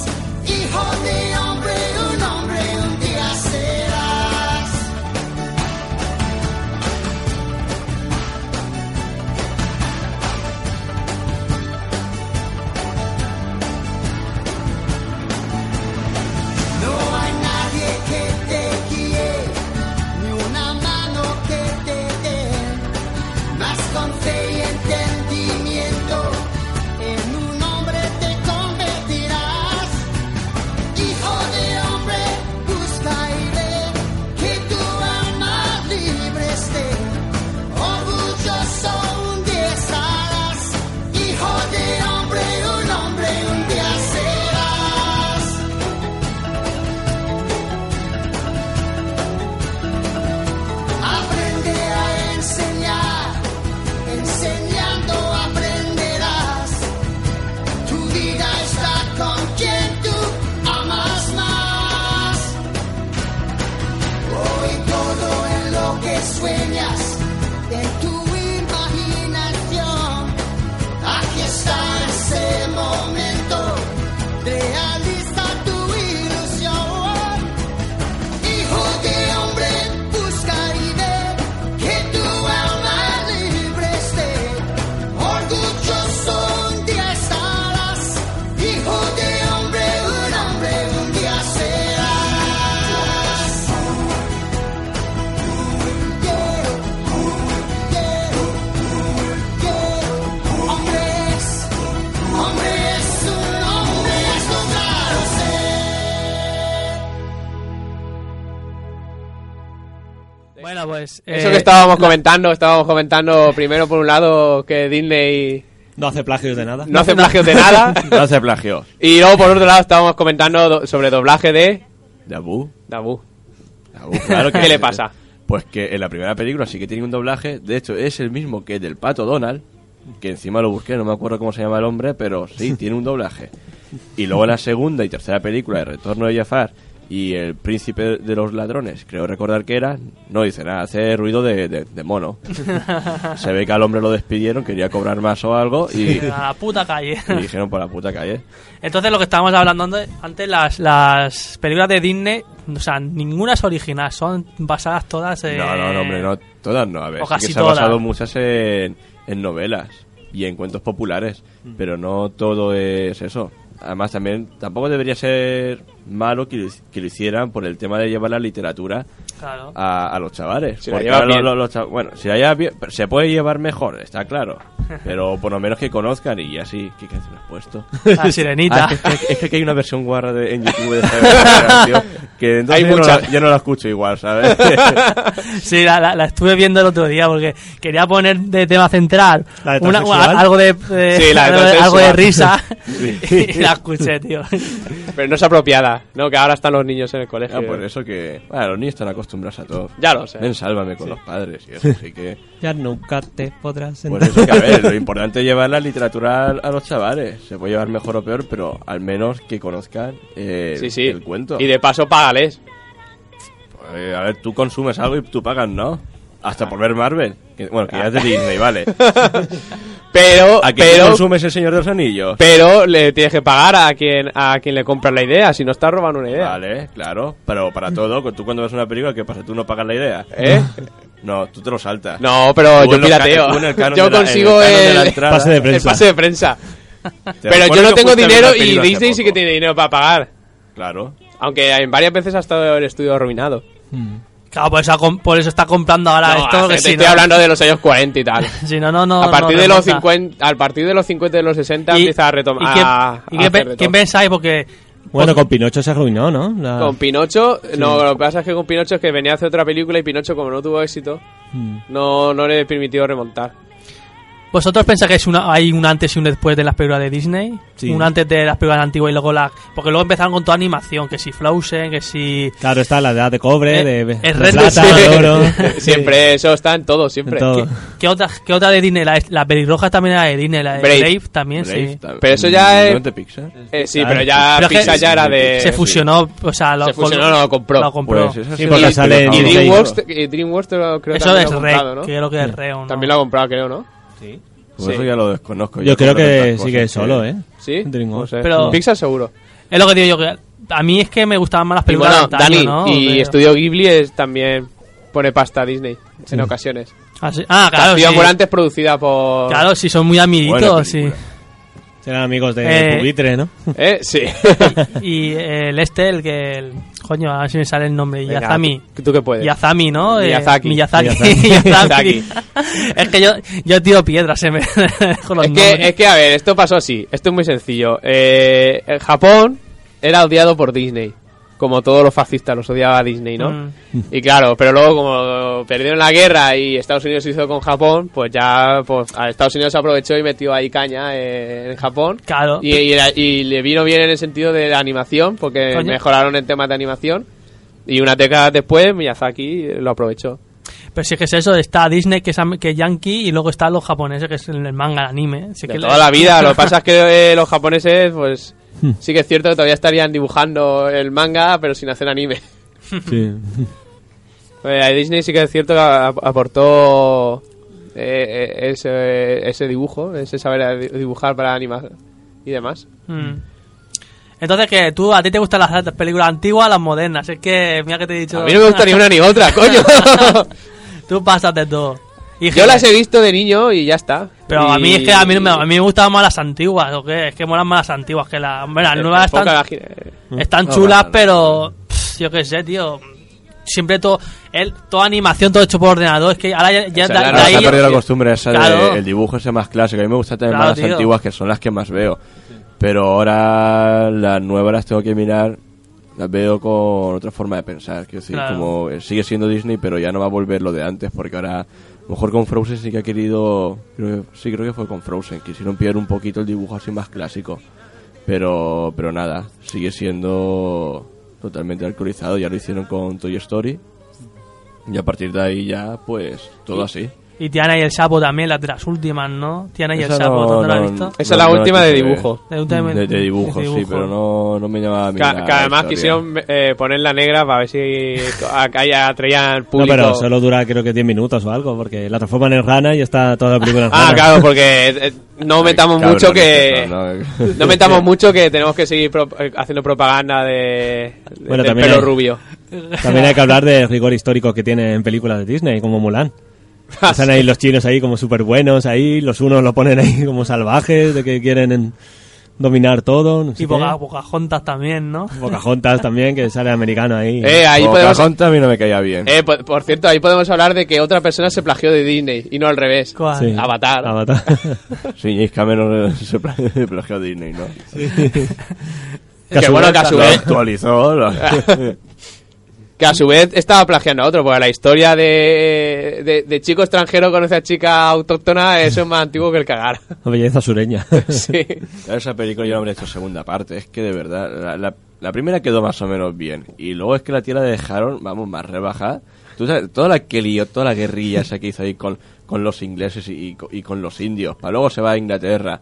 S6: Hijo de hombre, un hombre un día serás. No hay nadie que te guíe, ni una mano que te dé, más con fe y entendimiento, en un hombre te convertirás. Hijo de hombre, busca y ve que tu alma libre esté. Orgulloso un día estarás, hijo de hombre, un hombre un día serás. Aprende a enseñar, enseñando aprenderás. Tu vida está con quien tú amas más. Hoy todo en lo que sueñas, en tu imaginación. Aquí está ese momento, realiza tu ilusión. Hijo de hombre, busca y ve que tu alma libre esté. Orgulloso un día estarás. Hijo de hombre, un hombre un día serás. Quiero, quiero, quiero. Hombres, hombres, un hombre es logrado ser.
S2: Bueno, pues...
S3: Eso
S2: eh,
S3: que estábamos comentando, estábamos comentando primero por un lado que Disney
S5: No hace plagios de nada.
S3: no hace plagios de nada.
S4: No hace plagio.
S3: Y luego por otro lado estábamos comentando do- sobre doblaje de
S4: Dabu.
S3: Dabu.
S4: Dabu, claro que
S3: ¿Qué le pasa?
S4: Pues que en la primera película sí que tiene un doblaje. De hecho, es el mismo que del pato Donald. Que encima lo busqué, no me acuerdo cómo se llama el hombre, pero sí, tiene un doblaje. Y luego en la segunda y tercera película, El Retorno de Jafar y El Príncipe de los Ladrones, creo recordar que era, no dice nada, hace ruido de, de- de mono. Se ve que al hombre lo despidieron, quería cobrar más o algo y,
S2: A la puta calle.
S4: y dijeron por la puta calle.
S2: Entonces, lo que estábamos hablando ande- antes, las, las películas de Disney, o sea, ninguna es original, son basadas todas en.
S4: No, no, no, hombre, no, todas no. A ver,
S2: O
S4: sí que
S2: casi
S4: se han basado
S2: todas.
S4: muchas en, en novelas y en cuentos populares,
S2: Mm.
S4: pero no todo es eso. Además, también tampoco debería ser malo que lo, hic- que lo hicieran por el tema de llevar la literatura
S2: Claro.
S3: Ah.
S4: a, a los chavales.
S3: Si la
S4: Porque
S3: llevas
S4: ahora
S3: bien.
S4: lo- lo- los cha- bueno, si la llevas bien, pero se puede llevar mejor, está claro. Pero por lo menos que conozcan y así. ¿Qué canción has puesto?
S2: La
S4: Ah,
S2: sirenita.
S4: es, que, es que- es que aquí hay una versión guarra de- en YouTube de esta canción, tío, que entonces
S3: Hay
S4: yo no la-
S3: muchas.
S4: yo no la escucho igual, ¿sabes?
S2: Sí, la, la- la estuve viendo el otro día porque quería poner de tema central
S5: ¿La de
S2: una-
S5: transexual?
S2: algo de, de-
S3: Sí, la de
S2: algo de- algo de risa.
S4: Sí.
S2: Y la escuché, tío.
S3: Pero no es apropiada, ¿no? Que ahora están los niños en el colegio.
S4: Ah, por eso que. Bueno, los niños están acostumbrados a todo.
S3: Ya lo sé.
S4: Ven, sálvame con los padres y eso, así que.
S5: Ya nunca te podrás
S4: Por eso que, a ver, lo importante es llevar la literatura a a los chavales. Se puede llevar mejor o peor, pero al menos que conozcan eh,
S3: Sí, sí.
S4: el cuento.
S3: Y de paso, págales.
S4: Eh, a ver, tú consumes algo y tú pagas, ¿no?
S3: Ah.
S4: Hasta por ver Marvel. Que- bueno, que ya es de Disney, vale.
S3: Pero,
S4: ¿A qué
S3: Ah. pero,
S4: consumes el Señor de los Anillos?
S3: pero le tienes que pagar a quien, a quien le compra la idea, si no está robando una idea.
S4: Vale, claro. Pero para todo, tú cuando ves una película, ¿qué pasa? ¿Tú no pagas la idea?
S3: ¿Eh?
S4: No, tú te lo saltas.
S3: No, pero
S4: Tú
S3: yo
S4: en los
S3: pirateo.
S4: ca- tú en el canon
S3: Yo
S4: de la- en el
S3: consigo
S4: canon de la
S3: el,
S4: entrada,
S5: Pase de
S3: el
S5: prensa.
S3: pase de prensa.
S4: te
S3: Pero yo
S4: recuerdo
S3: no
S4: que
S3: tengo
S4: fuiste a ver
S3: dinero
S4: una
S3: y
S4: película hace
S3: Disney sí que
S4: poco.
S3: tiene dinero para pagar.
S4: Claro.
S3: Aunque en varias veces ha estado el estudio arruinado.
S2: Claro, por eso, ha com- por eso está comprando ahora
S3: No,
S2: Ah, esto.
S3: te
S2: Que si,
S3: estoy
S2: no,
S3: hablando de los años 40 y tal.
S2: si no, no, no.
S3: a partir
S2: no
S3: de los
S2: remonta.
S3: 50, al partir de los 50 y de los 60
S2: Y-
S3: empieza a
S2: ¿Y
S3: retomar.
S2: qué,
S3: a-
S2: y
S3: a
S2: qué
S3: hacer
S2: pe-
S3: de
S2: qué
S3: todo.
S2: pensáis? Porque.
S5: Bueno, con Pinocho se arruinó, ¿no? La-
S3: Con Pinocho, no, lo que pasa es que con Pinocho es que venía a hacer otra película y Pinocho, como no tuvo éxito,
S5: Mm.
S3: no, no le permitió remontar.
S2: ¿Vosotros pensáis que es una, hay un antes y un después de las películas de Disney?
S5: Sí.
S2: Un antes de las películas antiguas y luego las. Porque luego empezaron con toda animación, que si Frozen, que si.
S5: Claro, está la edad de cobre,
S2: Eh,
S5: de, de
S2: el resto
S5: plata,
S2: sí.
S5: de oro.
S3: siempre, eso está en todo, siempre.
S5: En todo.
S2: ¿Qué otra, qué otra de Disney? La, de- la pelirroja también era de Disney, la de
S3: Brave.
S2: Brave, también,
S4: Brave,
S2: sí.
S4: tal-
S3: Pero eso ya es-
S4: ¿No es de Pixar?
S5: Pues
S3: Eh, sí,
S5: Claro.
S3: pero ya
S2: Pero es que
S3: Pixar ya era de.
S2: Se fusionó, o sea, lo,
S3: Se fusionó, no, lo compró.
S2: lo compró.
S4: Pues esa
S5: Sí,
S4: es
S5: porque
S4: la-
S5: sale
S3: Y
S5: en
S4: Disney.
S3: DreamWorks, y DreamWorks creo que
S2: Eso
S3: también
S2: es
S3: lo ha
S2: Rey,
S3: comprado, ¿no?
S2: que creo que es Reo. ¿no?
S3: También lo ha comprado, creo, ¿no?
S4: Por eso
S3: Sí.
S4: Pues ya lo desconozco.
S5: Yo creo que
S4: tantas
S5: sigue
S4: cosas
S5: solo, ¿eh?
S3: Sí. Pues,
S5: DreamWorks.
S3: No sé.
S2: Pero-
S3: Pixar seguro.
S2: Es lo que digo yo, que a mí es que me gustaban más las
S3: Y
S2: películas
S3: bueno,
S2: de antaño,
S3: Dani,
S2: ¿no?
S3: y
S2: Pero-
S3: Estudio Ghibli es también pone pasta a Disney en ocasiones.
S2: Ah, sí. Ah, claro,
S3: Castillo
S2: sí.
S3: Ambulante es producida por...
S2: Claro, sí, son muy
S4: Buena
S2: amiguitos, sí.
S5: Serán amigos de
S2: Eh,
S5: Pubitre, ¿no?
S3: ¿Eh? Sí.
S2: Y eh, el este, el que... el- Coño, a ver si me sale el nombre.
S3: Venga,
S2: Yazami.
S3: ¿tú, tú qué puedes?
S2: Yazami, ¿no? Eh,
S3: Pues, Miyazaki.
S2: Miyazaki.
S3: Miyazaki.
S2: Yazami. es que yo, yo tiro piedras, se me... con los
S3: Es que,
S2: nombres.
S3: es que, a ver, esto pasó así. Esto es muy sencillo. Eh, en Japón era odiado por Disney. Como todos los fascistas los odiaba Disney, ¿no?
S2: Mm.
S3: Y claro, pero luego como perdieron la guerra y Estados Unidos se hizo con Japón, pues ya pues, a Estados Unidos se aprovechó y metió ahí caña eh, en Japón.
S2: Claro.
S3: Y, y la- y le vino bien en el sentido de la animación, porque
S2: Coño.
S3: mejoraron en temas de animación. Y una década después Miyazaki lo aprovechó.
S2: Pero si es que es eso, está Disney, que es, am- que es yankee, y luego están los japoneses, que es el el manga, el anime. Si es
S3: De
S2: que
S3: toda la vida. Lo que pasa es que eh, los japoneses, pues
S2: Hmm.
S3: sí que es cierto que todavía estarían dibujando el manga, pero sin hacer anime.
S5: Sí.
S3: Eh, a Disney sí que es cierto que a- aportó eh, eh, ese, ese dibujo, ese saber a di- dibujar para animar y demás.
S2: Mm. Entonces, que tú, a ti te gustan las películas antiguas, las modernas. Es que, mira que te he dicho.
S3: A mí no me gusta ni una ni otra, coño.
S2: Tú pasas de todo. Y
S3: Yo
S2: gire.
S3: las he visto de niño y ya está.
S2: Pero a mí
S3: Y-
S2: es que a mí, no me- a mí me gustaban más las antiguas, ¿o qué? Es que molan más las antiguas que las. Bueno, las
S3: Eh,
S2: nuevas
S3: tampoco
S2: están,
S3: la gi-
S2: están
S4: Mm. No,
S2: chulas,
S4: no, no.
S2: pero. pff, yo qué sé, tío. Siempre todo. el- toda animación, todo hecho por ordenador. Es que ahora ya. ya da-
S3: O sea, ya
S2: de
S3: no
S4: Ahora
S2: ahí-
S4: se ha perdido la costumbre esa
S2: Claro.
S4: de el dibujo ese más clásico. A mí me gustan también
S2: Claro,
S4: más las
S2: tío.
S4: antiguas, que son las que más veo. Pero ahora las nuevas las tengo que mirar. Las veo con otra forma de pensar. Quiero decir,
S2: Claro.
S4: como eh, sigue siendo Disney, pero ya no va a volver lo de antes, porque ahora, a lo mejor con Frozen sí que ha querido. creo que- sí, creo que fue con Frozen. Quisieron pillar un poquito el dibujo así más clásico. Pero, pero nada, sigue siendo totalmente alcoholizado. Ya lo hicieron con Toy Story. Y a partir de ahí ya, pues, todo así.
S2: Y Tiana y el Sapo también, las de las últimas, ¿no? Tiana y el
S4: Esa
S2: Sapo,
S4: no-
S2: ¿dónde lo
S4: no-
S2: has visto?
S3: Esa es
S4: No,
S3: la
S4: no la
S3: última de
S4: quise ver.
S3: dibujo.
S2: De un tema-
S4: De, de dibujos, sí,
S2: dibujo.
S4: pero no, no me llamaba a mí.
S3: Que,
S4: la-
S3: que
S4: la
S3: además
S4: historia.
S3: quisieron eh, ponerla negra para ver si acá atraían
S5: No,
S3: público.
S5: pero solo dura creo que 10 minutos o algo, porque la transforman en rana y está toda la película en rana.
S3: Ah, claro, porque eh, no
S4: Ay,
S3: metamos
S4: cabrón,
S3: mucho que...
S4: esto, no.
S3: No metamos mucho que tenemos que seguir pro- eh, haciendo propaganda de, de-
S5: Bueno,
S3: del
S5: también
S3: pelo
S5: hay-
S3: rubio.
S5: También hay que hablar del rigor histórico que tiene en películas de Disney, como Mulan.
S3: Ah,
S5: Están
S3: sí.
S5: ahí los chinos ahí como súper buenos, ahí los unos lo ponen ahí como salvajes, de que quieren en- dominar todo. no sé
S2: Y
S5: qué.
S2: Boca, Pocahontas también, ¿no?
S5: Pocahontas también, que sale americano ahí.
S3: Eh, ahí podemos...
S4: Pocahontas a mí no me caía bien.
S3: eh, por, por cierto, ahí podemos hablar de que otra persona se plagió de Disney y no al revés.
S2: ¿Cuál?
S5: Sí.
S3: Avatar.
S5: Avatar.
S4: Sí, James Cameron se pla- se plagió Disney, ¿no?
S3: Que bueno, que a su
S4: Lo
S3: vez...
S4: actualizó. lo-
S3: Que a su vez estaba plagiando a otro, porque la historia de, de, de chico extranjero conoce a chica autóctona, eso es más antiguo que el cagar.
S5: La belleza sureña.
S3: Sí.
S4: Claro, Esa película yo la habría hecho segunda parte. Es que de verdad, la, la- la primera quedó más o menos bien. Y luego es que la tía la dejaron, vamos, más rebajada. Tú sabes, toda la que lió, toda la guerrilla esa que hizo ahí con, con los ingleses y, y co- y con los indios. Para luego se va a Inglaterra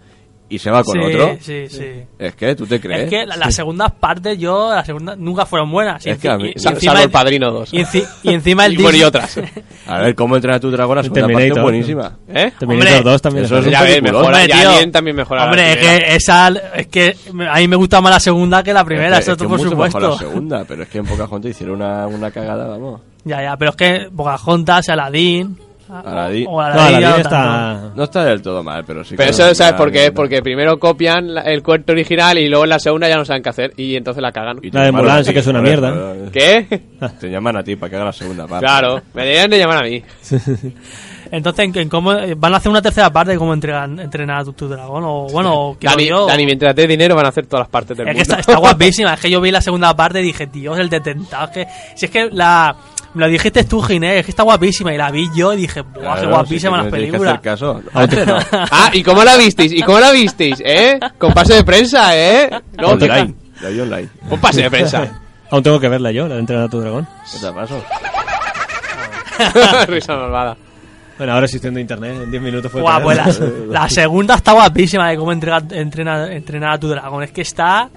S4: y se va con
S2: sí,
S4: otro.
S2: Sí, sí.
S4: Es que, ¿tú te crees?
S2: Es que la- las segundas partes, yo, las segundas nunca fueron buenas. Y
S4: Es que
S2: enci-
S4: a mí-
S2: y- y
S3: Sal-
S2: encima
S3: salvo
S2: el-
S3: el padrino 2.
S2: Y, enci- y encima el
S3: Y bueno, y
S2: Disney-
S3: otras.
S4: A ver, ¿cómo entrena tu dragón? La segunda parte es
S5: Terminator.
S4: buenísima.
S3: ¿Eh?
S5: Terminator
S2: Hombre,
S5: 2 también.
S4: eso
S5: es
S4: es
S3: Ya ves,
S4: peliculón.
S3: mejora,
S2: Hombre,
S3: y
S2: tío.
S3: Alien también mejora. la
S2: Hombre, es
S3: primera.
S2: que esa, es que a mí me gusta más la segunda que la primera,
S4: Es que-
S2: eso
S4: es que
S2: por
S4: mucho mejor
S2: supuesto.
S4: la segunda, pero es que en Pocahontas hicieron una, una cagada, vamos.
S2: Ya, ya, pero es que Pocahontas, Aladdin.
S4: Aladdin.
S2: o
S5: No,
S2: Aladdin,
S5: la
S2: o tanto.
S5: vida está...
S4: No está del todo mal, pero sí que
S3: Pero
S4: no
S3: eso,
S4: está
S3: ¿sabes
S4: mal,
S3: por qué?
S4: no.
S3: Porque primero copian la- el cuarto original y luego en la segunda ya no saben qué hacer y entonces la cagan.
S4: Y te
S5: La de
S4: llaman
S5: Mulan
S4: a
S5: sí
S4: ti,
S5: que es una
S4: por
S5: mierda,
S4: eso,
S3: ¿Qué?
S4: Te llaman a ti para que haga la segunda parte.
S3: Claro, me deberían de llamar a mí.
S2: Entonces, ¿en, en cómo, eh, ¿van a hacer una tercera parte de cómo entregan, entrenar a tu, tu dragón? O bueno, quiero
S3: Dani,
S2: yo.
S3: Dani, mientras te dé dinero van a hacer todas las partes del
S2: es que
S3: mundo.
S2: está, está guapísima. Es que yo vi la segunda parte y dije, Dios, el detentaje. Si es que la. Me lo dijiste tú, Ginés, es que está guapísima. Y la vi yo y dije, ¡buah,
S4: Claro, si
S2: qué guapísima
S4: te-
S2: las
S4: tienes que
S2: películas!
S4: hacer caso. Antes no.
S3: Ah, ¿y cómo la visteis? ¿Y cómo la visteis? ¿Eh? Con pase de prensa, ¿eh? No, te
S4: online. La vi online.
S3: Con pase de prensa.
S5: Aún tengo que verla yo, la de entrenar a tu dragón.
S4: ¿Qué te pasó?
S3: Risa malvada.
S5: Bueno, ahora existiendo internet, en 10 minutos fue...
S2: Buah, pues
S5: traerla.
S2: la, la segunda está guapísima de cómo entregar, entrenar, entrenar a tu dragón. Es que está.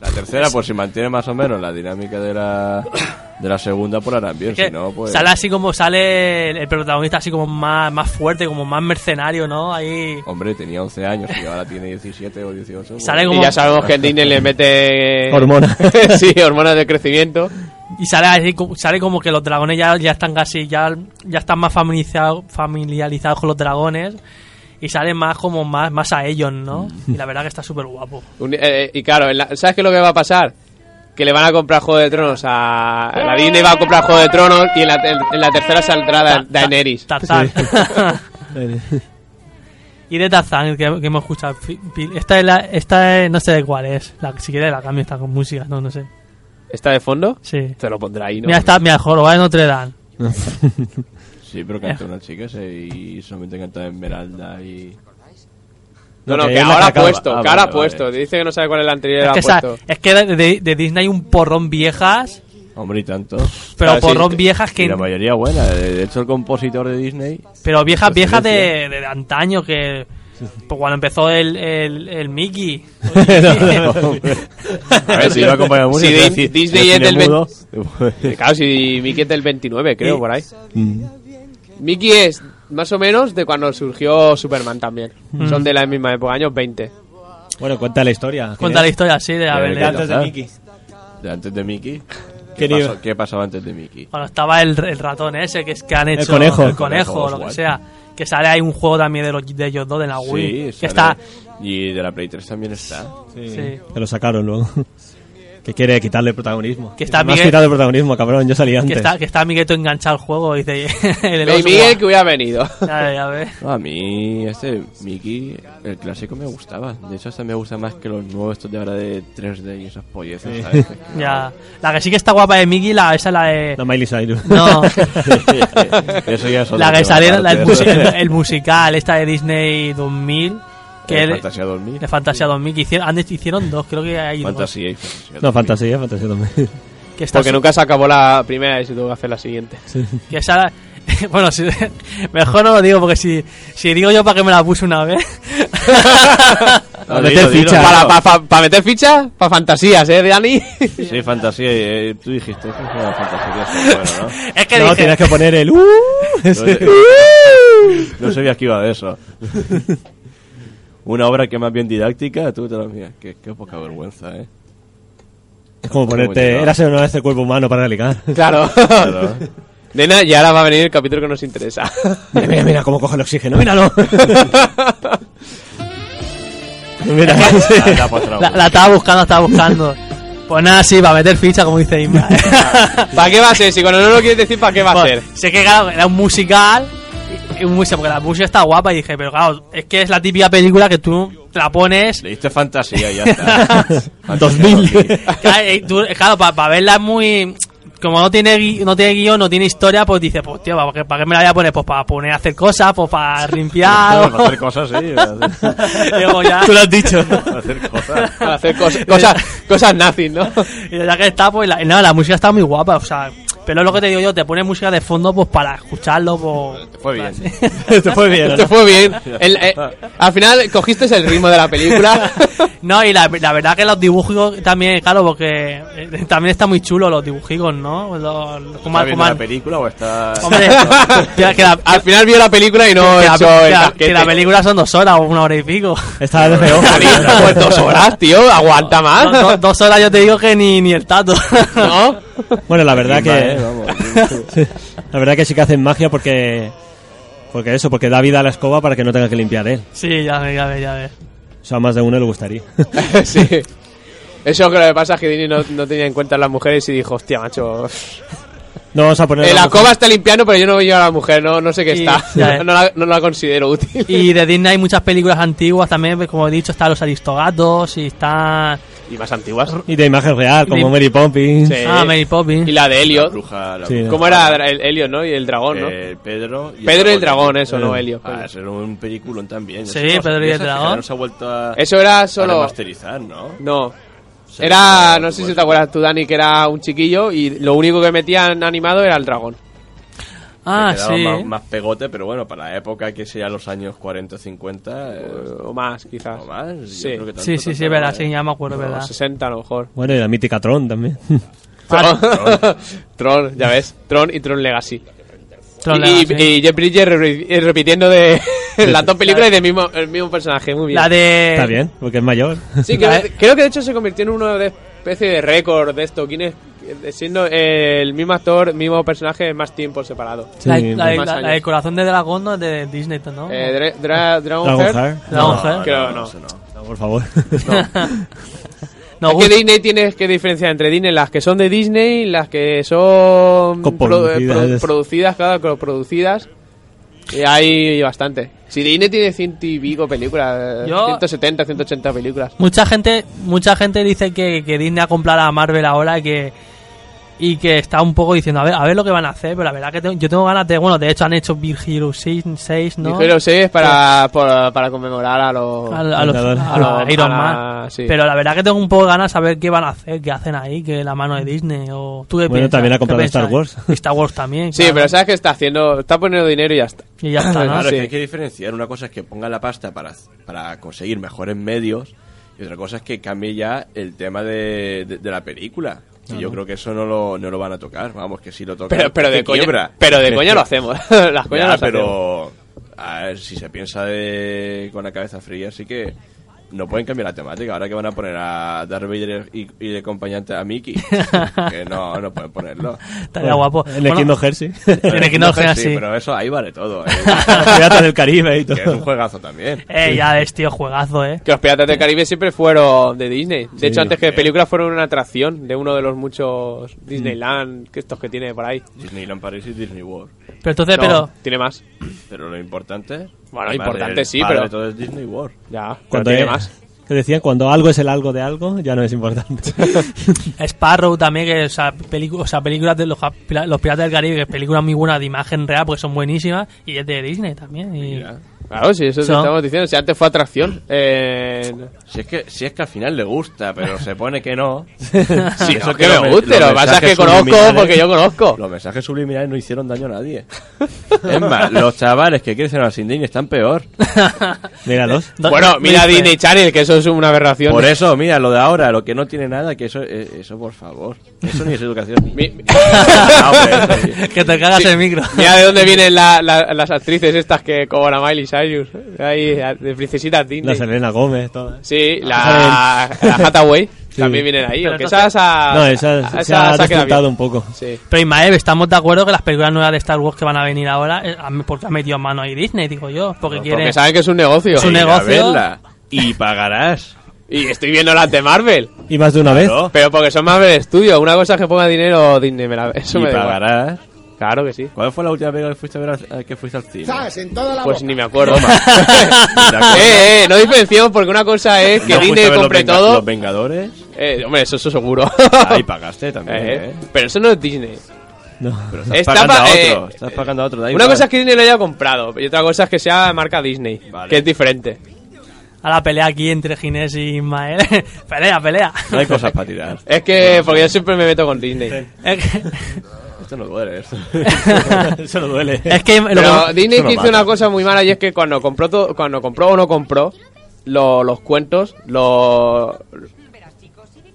S4: La tercera, pues si mantiene más o menos la dinámica de la, de la segunda, pues la harán bien.
S2: que
S4: Si no, pues.
S2: Sale así como sale el, el protagonista, así como más, más fuerte, como más mercenario, ¿no? Ahí.
S4: Hombre, tenía 11 años y ahora tiene 17 o 18. pues-
S2: Sale como-
S3: Y ya sabemos que el Disney le mete...
S5: Hormonas.
S3: sí, hormonas de crecimiento.
S2: Y sale así, co- sale como que los dragones ya, ya están casi, ya, ya están más familiarizados, familiarizados con los dragones. Y sale más como más, más a ellos, ¿no?
S4: Mm.
S2: Y la verdad que está súper guapo.
S3: Un- eh, eh, y claro, en la- ¿sabes qué es lo que va a pasar? Que le van a comprar Juego de Tronos a... La Disney va a comprar Juego de Tronos y en la, ter- en la tercera saldrá Da- Daenerys.
S2: Tarzán. y de Tarzán, que, que hemos escuchado. Fi- pi- Esta es la, esta es- no sé de cuál es. La, si quieres la cambio, está con música, no, no sé.
S3: ¿Está de fondo?
S2: Sí.
S3: Te lo pondrá ahí, ¿no?
S2: Mira, está, mira, Jorobado de Notre Dame.
S4: Sí, pero canta una chica ese y solamente canta Esmeralda y.
S3: No, no,
S5: No,
S3: que,
S5: que es la
S3: ahora ha
S5: que acaba.
S3: puesto,
S4: Ah,
S3: que ahora ha
S4: vale, vale.
S3: puesto. Dice que no sabe cuál es la anterior,
S2: Es
S3: ha
S2: que, esa-
S3: puesto.
S2: es que de, de- de Disney hay un porrón viejas,
S4: Hombre, y tanto.
S2: pero
S3: Claro, Ah, sí,
S2: porrón
S3: sí.
S2: viejas
S4: Y
S2: que...
S4: la mayoría buena. De hecho, el compositor de Disney.
S2: Pero viejas,
S4: Pues
S2: viejas
S4: sí,
S2: de, de antaño, que... pues cuando empezó el, el, el Mickey.
S4: A ver si iba a acompañar
S3: Si
S4: música.
S3: Di-
S4: iba a decir,
S3: Disney
S4: yo
S3: es del
S4: cine mudo.
S3: Claro, si Mickey es del 29, creo,
S2: Y-
S3: por ahí. Mickey es más o menos de cuando surgió Superman también.
S2: Mm.
S3: Son de la misma época, años 20.
S5: Bueno, cuenta la historia.
S2: Cuenta la
S5: Ginés.
S2: historia así de
S4: Eh,
S2: haber...
S4: que
S2: leído.
S5: Antes de
S4: Ah.
S5: Mickey.
S4: De antes de Mickey. ¿Qué,
S5: ¿Qué nivel?
S4: pasó- qué pasaba antes de Mickey?
S2: Cuando estaba el, el ratón ese que, es, que han hecho...
S5: conejo.
S2: El conejo, o lo que
S4: Oswald.
S2: sea. Que sale ahí un juego también de, los, de ellos dos, de la Wii.
S4: Sí,
S2: que
S4: sale-
S2: Ah, está...
S4: Y de la Play 3 también está.
S2: sí.
S5: Te lo sacaron luego. Que quiere quitarle protagonismo.
S2: Que está
S5: Me has
S2: Miguel-
S5: quitado el protagonismo, cabrón. Yo salí antes.
S2: Que está, que está Migueto enganchado al juego, dice... el
S3: Hey,
S2: Oswald.
S3: Miguel, que hubiera venido.
S2: Ya, ya ves.
S4: No, a mí este Mickey, el clásico me gustaba. De hecho, hasta me gusta más que los nuevos estos de ahora de 3D y esas polleces, ¿sabes? Es que-
S2: Ya. La que sí que está guapa de Mickey, la, esa es la de...
S5: La Miley Cyrus.
S2: No,
S4: Eso ya es otro
S2: la que
S4: tema
S2: sale la- el,
S4: aparte.
S2: musi- el- el musical, esta de Disney 2000, que
S4: Eh,
S2: es
S4: Fantasía 2000.
S2: de Fantasía 2000, que hicieron, antes hicieron dos, creo que hay dos.
S4: Fantasía y Fantasía 2000.
S5: No, fantasía, fantasía también.
S2: Que está
S3: Porque nunca se acabó la primera y se tuvo que hacer la siguiente.
S2: que esa- bueno, si- mejor no lo digo, porque si, si digo yo para que me la puse una vez...
S4: No,
S5: Meter
S4: Ah, dilo, dilo,
S5: ficha.
S4: dilo.
S3: Para, pa- pa- pa meter fichas, para fantasías, ¿eh, Dani?
S4: Sí, fantasía. eh, tú dijiste eso es una fantasía. Bueno, ¿no?
S2: es que
S5: no,
S2: dije,
S5: tienes que poner el... "Uh", ese.
S2: Uh.
S4: No sabía que iba de eso. Una obra que más bien didáctica, tú te la miras. Qué, qué poca vergüenza, ¿eh?
S5: Es como
S4: Muy
S5: ponerte...
S4: bien.
S5: Érase una vez el cuerpo humano para ligar.
S3: Claro.
S4: Claro.
S3: Nena, y ahora va a venir el capítulo que nos interesa.
S5: Mira, mira, mira cómo coge el oxígeno. Míralo. mira.
S4: Ah, ya, pues,
S2: la, la estaba buscando, la estaba buscando. Pues nada, sí, para meter ficha, como dice Isma.
S3: ¿Para qué va a ser? Si cuando no lo quieres decir, ¿para qué va a
S2: Bueno,
S3: ser?
S2: Pues, sé que claro, era un musical, y- y un musical, porque la música está guapa y dije, pero claro, es que es la típica película que tú te la pones
S4: Leíste fantasía y ya está. Fantasía
S5: 2000.
S2: Claro, eh, tú- claro, para verla es muy. como no tiene, gui- no tiene guión, no tiene historia, pues dice, pues tío, ¿para qué, para qué me la voy a poner? Pues para poner a hacer cosas, pues para limpiar.
S4: Para hacer cosas, sí.
S2: Digo, ya,
S5: Tú lo has dicho.
S4: Para hacer cosas.
S3: Para hacer cosas, cosas, cosas nazis, ¿no?
S2: y ya que está, pues la, no, la música está muy guapa, o sea, pero es lo que te digo yo, te pones música de fondo pues para escucharlo, pues...
S4: Fue bien.
S5: Esto fue bien.
S3: Esto fue bien. El- eh, al final cogiste el ritmo de la película.
S2: No, y la, la verdad que los dibujos también, claro, porque eh, también está muy chulo los dibujicos, ¿no? Los, los- como-
S4: ¿Está viendo
S2: como-
S4: la película o está...?
S2: Hombre, que, que la,
S3: Al final vio la película y no
S2: que la-
S3: echó
S2: que
S3: el
S2: la-
S3: casquete.
S2: que la película son dos horas o una hora y pico.
S5: Estaba de feo.
S3: Cariño, pues dos horas, tío. Aguanta más.
S2: Do- do- dos horas yo te digo que ni, ni el tato.
S3: Ah. ¿No?
S5: Bueno, la verdad
S4: Limba, eh,
S5: que.
S4: vamos.
S5: La verdad que sí que hacen magia porque. Porque eso, porque da vida a la escoba para que no tenga que limpiar él.
S2: Sí, ya ve, ya ve, ya ve.
S5: O sea, a más de uno le gustaría.
S3: sí. Eso es lo que pasa es que Dini no, no tenía en cuenta a las mujeres y dijo, hostia, macho.
S5: No vamos a poner. a
S3: Eh,
S5: lo
S3: la
S5: mejor-
S3: coba está limpiando, pero yo no veo a la mujer, no, no sé qué
S2: Sí,
S3: está.
S2: ya es.
S3: No la, no la considero útil.
S2: Y de Disney hay muchas películas antiguas también, pues, como he dicho, están los Aristogatos y están...
S3: Y más antiguas.
S5: Y de imagen real, como
S2: Lim-
S5: Mary Poppins.
S3: Sí.
S2: Ah, Mary Poppins.
S3: Y la de
S4: La
S3: Elliot.
S4: bruja... La
S5: Sí.
S4: bruja.
S3: ¿Cómo era el Elliot, no? Y el dragón, ¿no?
S4: Eh, Pedro y
S3: Pedro y el dragón, eso, no
S5: Eh,
S3: Elliot.
S4: Ah, eso era un peliculón también.
S2: Sí,
S4: Esas cosas
S2: Pedro y el
S4: de esas que ya
S2: dragón.
S4: No se ha vuelto a...
S3: Eso era
S4: A
S3: solo.
S4: remasterizar, ¿no?
S3: No.
S4: Se
S3: Era,
S4: remasterizaba,
S3: no sé si
S4: pues.
S3: te acuerdas tú, Dani, que era un chiquillo y lo único que metían animado era el dragón.
S2: Ah,
S4: Le quedaba
S2: sí.
S4: Más, más pegote, pero bueno, para la época que sea los años 40 o 50 eh,
S3: O más, quizás.
S4: o más. yo
S3: Sí.
S4: creo que tanto,
S2: Sí, sí, sí,
S4: tanto,
S2: verdad,
S4: eh.
S2: sí, ya me acuerdo,
S3: O
S2: verdad.
S3: 60 a lo mejor.
S5: Bueno, y la mítica Tron también.
S3: Tron. Tron, ya ves. Tron y Tron Legacy.
S2: Tron
S3: y,
S2: Legacy.
S3: y Jeff Bridges re- re- repitiendo de las dos películas y del mismo, el mismo personaje. Muy bien.
S2: La de...
S5: Está bien, porque es mayor.
S3: Eh, Sí, creo, creo que de hecho se convirtió en uno de especie de récord de esto. Guinness eh, siendo el mismo actor, mismo personaje, más tiempo separado.
S5: Sí,
S2: La, la de-
S3: más
S2: la-
S3: años.
S2: la de Corazón de Dragón no es de Disney, ¿no?
S3: Eh, Dra- Dra- Dragonheart.
S5: Dragonheart.
S2: Oh. Dragon Heart.
S3: creo no.
S4: eso
S5: No, por favor.
S2: No,
S3: Es que Disney tienes que diferenciar entre Disney las que son de Disney, las que son
S5: Coproducidas.
S3: pro- pro- producidas, claro, coproducidas. Y hay bastante. Si Disney tiene ciento y pico películas,
S2: Yo-
S3: 170, 180 películas.
S2: Mucha gente, mucha gente dice que, que Disney ha comprado a Marvel ahora y que y que está un poco diciendo a ver, a ver lo que van a hacer, pero la verdad que tengo- yo tengo ganas de, bueno, de hecho han hecho Big Hero 6, 6, ¿no?
S3: Dijeron sí, es para, por- para conmemorar a los...
S2: a, a los, a
S3: a
S2: los
S3: los-
S2: Iron
S3: a la-
S2: Man.
S3: sí.
S2: Pero la verdad que tengo un poco de ganas de saber qué van a hacer, qué hacen ahí, que la mano de Disney o tú qué
S5: Bueno,
S2: piensas?
S5: también ha
S2: ¿Qué
S5: comprado
S2: piensas?
S5: Star Wars.
S2: Y Star Wars también.
S3: Sí,
S2: claro.
S3: pero ¿sabes qué está haciendo? Está poniendo dinero y ya está.
S2: y ya está, ¿no?
S4: Claro, es
S3: Sí.
S4: que hay que diferenciar. Una cosa es que ponga la pasta para, para conseguir mejores medios y otra cosa es que cambie ya el tema de, de- de la película. Y yo creo que eso no lo, no lo van a tocar. Vamos, que si lo tocan.
S3: Pero, pero
S4: es que
S3: de coña,
S4: quiebra.
S3: pero de
S4: Es
S3: coña
S4: que-
S3: lo hacemos. Las coñas
S4: Ya,
S3: las hacemos.
S4: pero a ver, si se piensa de, con la cabeza fría, así que no pueden cambiar la temática. Ahora que van a poner a Darth Vader y, y de acompañante a Mickey, que no, no pueden ponerlo.
S2: Estaría guapo.
S5: En el
S2: Bueno,
S5: Kingdom Hearts, sí.
S2: En el Kingdom Hearts, sí.
S4: Pero eso ahí vale todo. ¿eh?
S5: Piratas del Caribe y
S4: que es un
S5: todo.
S4: juegazo también.
S2: Eh, ya ves, tío, juegazo, eh.
S3: Que los Piratas del Caribe siempre fueron de Disney. De hecho, antes que películas fueron una atracción de uno de los muchos Disneyland, que estos que tiene por ahí.
S4: Disneyland París y Disney World.
S2: Pero entonces,
S3: No,
S2: pero
S3: Tiene más.
S4: Pero lo importante.
S3: Bueno,
S4: además,
S3: importante
S4: el
S3: sí,
S4: padre
S3: pero-
S4: de todo es Disney World.
S3: Ya, pero
S5: Cuando
S3: tiene
S5: es-
S3: más.
S5: que decían, cuando algo es el algo de algo, ya no es importante.
S2: Sparrow también, que, o, sea, pelicu- o sea, películas de los, ja- pila- los Piratas del Caribe, que películas muy buenas de imagen real porque son buenísimas, y es de Disney también. y-
S3: Claro, sí, eso te
S2: Son-
S3: estamos diciendo. Si antes fue atracción. Eh...
S4: Si es, que, si es que al final le gusta, pero se pone que no.
S3: Sí,
S4: eso
S3: eso
S4: que
S3: que me
S4: los me-
S3: guste.
S4: los
S3: Lo que pasa es que
S4: mensajes ¿eh?
S3: conozco
S4: subliminales-
S3: porque yo conozco.
S4: Los mensajes subliminales no hicieron daño a nadie. Es más, los chavales que crecen a Disney están peor.
S5: Míralos.
S2: Do-
S3: Bueno,
S2: do-
S3: mira
S2: Disney.
S3: Disney Channel, que eso es una aberración.
S4: Por eso, mira, lo de ahora, lo que no tiene nada, que eso, eh, eso por favor. Eso ni es educación. Ni...
S3: Mi- mi-
S4: Ah, hombre, eso sí.
S2: Que te cagas
S3: Sí.
S2: el micro.
S3: Mira de dónde vienen la- la- las actrices estas que cobran a Miley Cyrus. Ahí, de princesitas Disney.
S5: La Selena Gómez, todas.
S3: Sí,
S5: Ah,
S3: la, la Hathaway también vienen ahí.
S2: Pero
S3: aunque
S2: entonces-
S3: esas ha-
S5: No, esa,
S3: esa-
S5: se
S3: esa
S5: ha
S3: se ha quedado
S5: disfrutado
S3: bien.
S5: un poco.
S3: Sí.
S2: Pero Ismael, estamos de acuerdo que las películas nuevas de Star Wars que van a venir ahora, eh, han- porque ha metido mano ahí Disney, digo yo, porque quiere...
S3: Pues Porque saben que es un negocio.
S2: Es un
S4: Ir a
S2: negocio.
S4: verla. Y pagarás.
S3: Y estoy viendo las de Marvel.
S5: Y más de una vez.
S4: Claro.
S3: Pero porque son Marvel Studios. Una cosa es que ponga dinero Disney, me la- eso
S4: y
S3: me da igual.
S4: pagarás.
S3: Claro que sí.
S4: ¿Cuál fue la última vez que fuiste, a ver al, eh, que fuiste al cine?
S1: Estás en toda
S4: Ah,
S1: la
S3: Pues
S1: boca.
S3: ni me acuerdo.
S4: ¿Te acuerdas?
S3: eh, eh, no diferenciemos porque una cosa es que
S4: ¿No fuiste a
S3: Disney
S4: ver los
S3: compre
S4: Venga-
S3: todo.
S4: Los Vengadores.
S3: Eh, hombre, eso, eso seguro.
S4: Ahí pagaste también,
S3: Eh,
S4: ¿eh?
S3: pero eso no es Disney.
S5: No.
S4: Pero estás
S3: Está
S4: pagando
S3: pa-
S4: a
S3: eh,
S4: otro. estás pagando a otro. da
S3: Una
S4: igual.
S3: cosa es que Disney lo haya comprado y otra cosa es que sea marca Disney,
S4: Vale.
S3: que es diferente.
S2: A la pelea aquí entre Ginés y Ismael. pelea, pelea.
S4: No hay cosas para tirar.
S3: Es que porque yo siempre me meto con Disney.
S2: Es que,
S4: Esto no duele. Esto.
S5: Eso no duele.
S2: es que lo
S3: Pero
S2: que-
S3: Disney
S4: eso no
S3: que hizo
S4: mata.
S3: una cosa muy mala y es que cuando compró to- cuando compró o no compró lo- los cuentos, los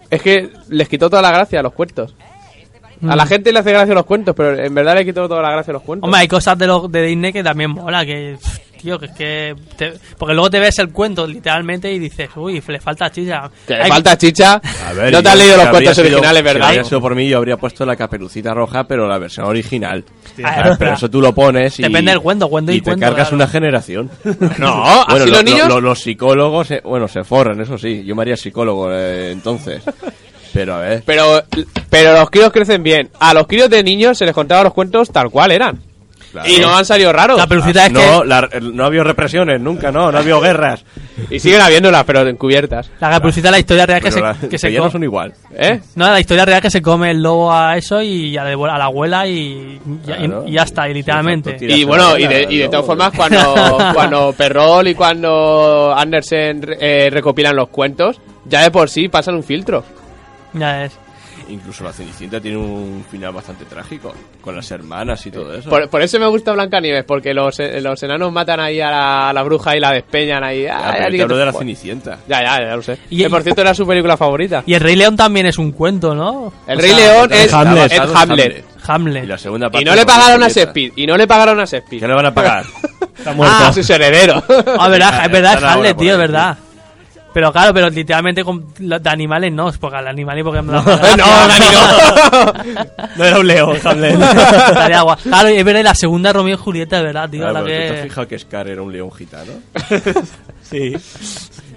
S3: es que les quitó toda la gracia a los cuentos. A
S4: Mm.
S3: la gente le hace gracia los cuentos, pero en verdad le quitó toda la gracia a los cuentos.
S2: Hombre, hay cosas de, los de Disney que también mola, que... pff, Tío, que es que... te- porque luego te ves el cuento literalmente y dices, uy, le falta chicha.
S3: que le
S2: Hay-
S3: falta chicha.
S4: A ver,
S3: no te
S4: yo-
S3: has leído los
S4: si
S3: cuentos
S4: habría sido-
S3: originales,
S4: Si
S3: ¿verdad?
S4: habría sido por mí, yo habría puesto la caperucita roja, pero la versión original.
S2: Ah,
S4: ¿Sabes?
S2: espera.
S4: Pero eso tú lo pones y.
S2: Depende del cuento, cuento y
S4: te
S2: cuento,
S4: cargas
S2: claro.
S4: una generación.
S3: No, así
S4: bueno,
S3: los niños-
S4: los psicólogos, eh, bueno, se forran, eso sí. Yo me haría psicólogo eh, entonces. Pero a ver.
S3: Pero, pero los críos crecen bien. A los críos de niños se les contaba los cuentos tal cual eran.
S4: Claro.
S3: Y no han salido raros.
S2: La pelucita es
S4: no,
S2: que...
S4: la- eh, no ha habido represiones nunca, no, no ha habido guerras.
S3: Ah, Y siguen habiéndolas, pero encubiertas.
S2: La caperucita la historia real que
S4: Pero
S2: se,
S4: la-
S2: que se
S4: ya no
S2: co-
S4: son igual.
S3: ¿Eh?
S2: No, la historia real que se come el lobo a eso y a la, devu- a la abuela y, y-
S4: Claro.
S2: y ya está, y literalmente.
S4: Sí, exacto,
S3: Y bueno, y de, y de todas formas, cuando, cuando Perrol y cuando Andersen eh, recopilan los cuentos, ya de por sí pasan un filtro.
S2: Ya ves.
S4: Incluso la Cenicienta tiene un final bastante trágico. Con las hermanas y todo eso.
S3: Por, por eso me gusta Blancanieves, porque los, eh, los enanos matan ahí a la, a la bruja y la despeñan ahí.
S4: Ah,
S3: Ay,
S4: pero
S3: ay,
S4: yo te
S3: que
S4: hablo
S3: te-
S4: de la Cenicienta.
S3: Ya, ya, ya lo sé.
S2: Y-
S3: que por cierto era su película favorita.
S2: Y el Rey León también es un cuento, ¿no?
S3: El
S2: O
S3: Rey
S2: sea,
S3: León
S4: Está
S3: es es
S4: basado
S3: Hamlet.
S4: en
S2: Hamlet.
S4: Y la segunda parte
S3: Y no le
S4: es
S3: pagaron a
S4: Julieta.
S3: Shakespeare. Y no le pagaron a Shakespeare.
S4: ¿Qué le van a pagar?
S5: Está muerto.
S3: Ah, sus herederos.
S2: Ah, verdad, es verdad, es
S4: Están ahora
S2: Hamlet,
S4: por
S2: tío,
S4: ahí,
S2: es verdad. Pero claro, pero literalmente con, lo- de animales no, es porque al animal y porque no,
S3: no, Dani, no.
S5: No era un leo, Hamlet.
S2: Estaría guay. Claro, es verdad, y la segunda de Romeo y Julieta, es verdad, tío,
S4: Ah,
S2: la
S4: pero ¿tú te has
S2: que...
S4: fijado que Scar era un león gitano?
S5: Sí.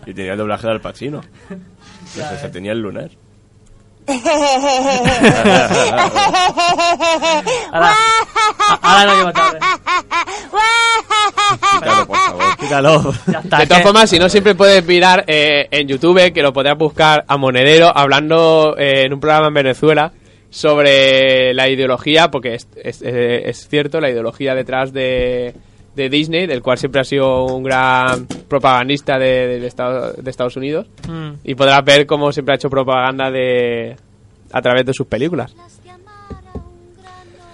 S4: Y tenía el doblaje de Al Pacino. Entonces, se tenía el lunar.
S2: Ahora, a- ahora no lleva tarde.
S4: Claro, por favor.
S5: Quítalo.
S2: Ya está,
S3: De
S2: es
S3: todas
S2: que-
S3: formas, si no, siempre puedes mirar eh, en YouTube, que lo podrás buscar a Monedero hablando eh, en un programa en Venezuela sobre la ideología, porque es, es- eh, es cierto, la ideología detrás de, de Disney, del cual siempre ha sido un gran propagandista de, del estado, de Estados Unidos,
S2: Mm.
S3: y podrás ver cómo siempre ha hecho propaganda de a través de sus películas.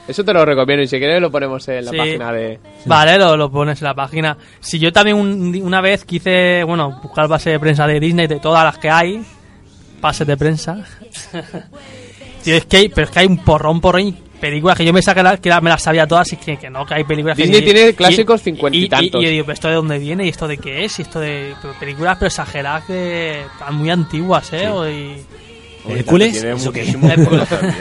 S3: Eso te lo recomiendo y si quieres lo ponemos en la
S2: Sí.
S3: página de...
S2: Vale, lo, lo pones en la página. Si yo también un- una vez quise, bueno, buscar base de prensa de Disney, de todas las que hay, bases de prensa. Tío, es que hay, pero es que hay un porrón, porrón y películas que yo me saqué la- que la- me las sabía todas y que, que no, que hay películas que
S3: Disney
S2: ni-
S3: tiene clásicos cincuenta y tantos.
S2: Y, yo digo, ¿pero esto de dónde viene? ¿Y esto de qué es? ¿Y esto de pero películas pero exageradas que están muy antiguas, eh? O y-
S5: ¿Hércules?
S4: Tiene
S5: ¿Eso qué?
S4: muchísimo culo también.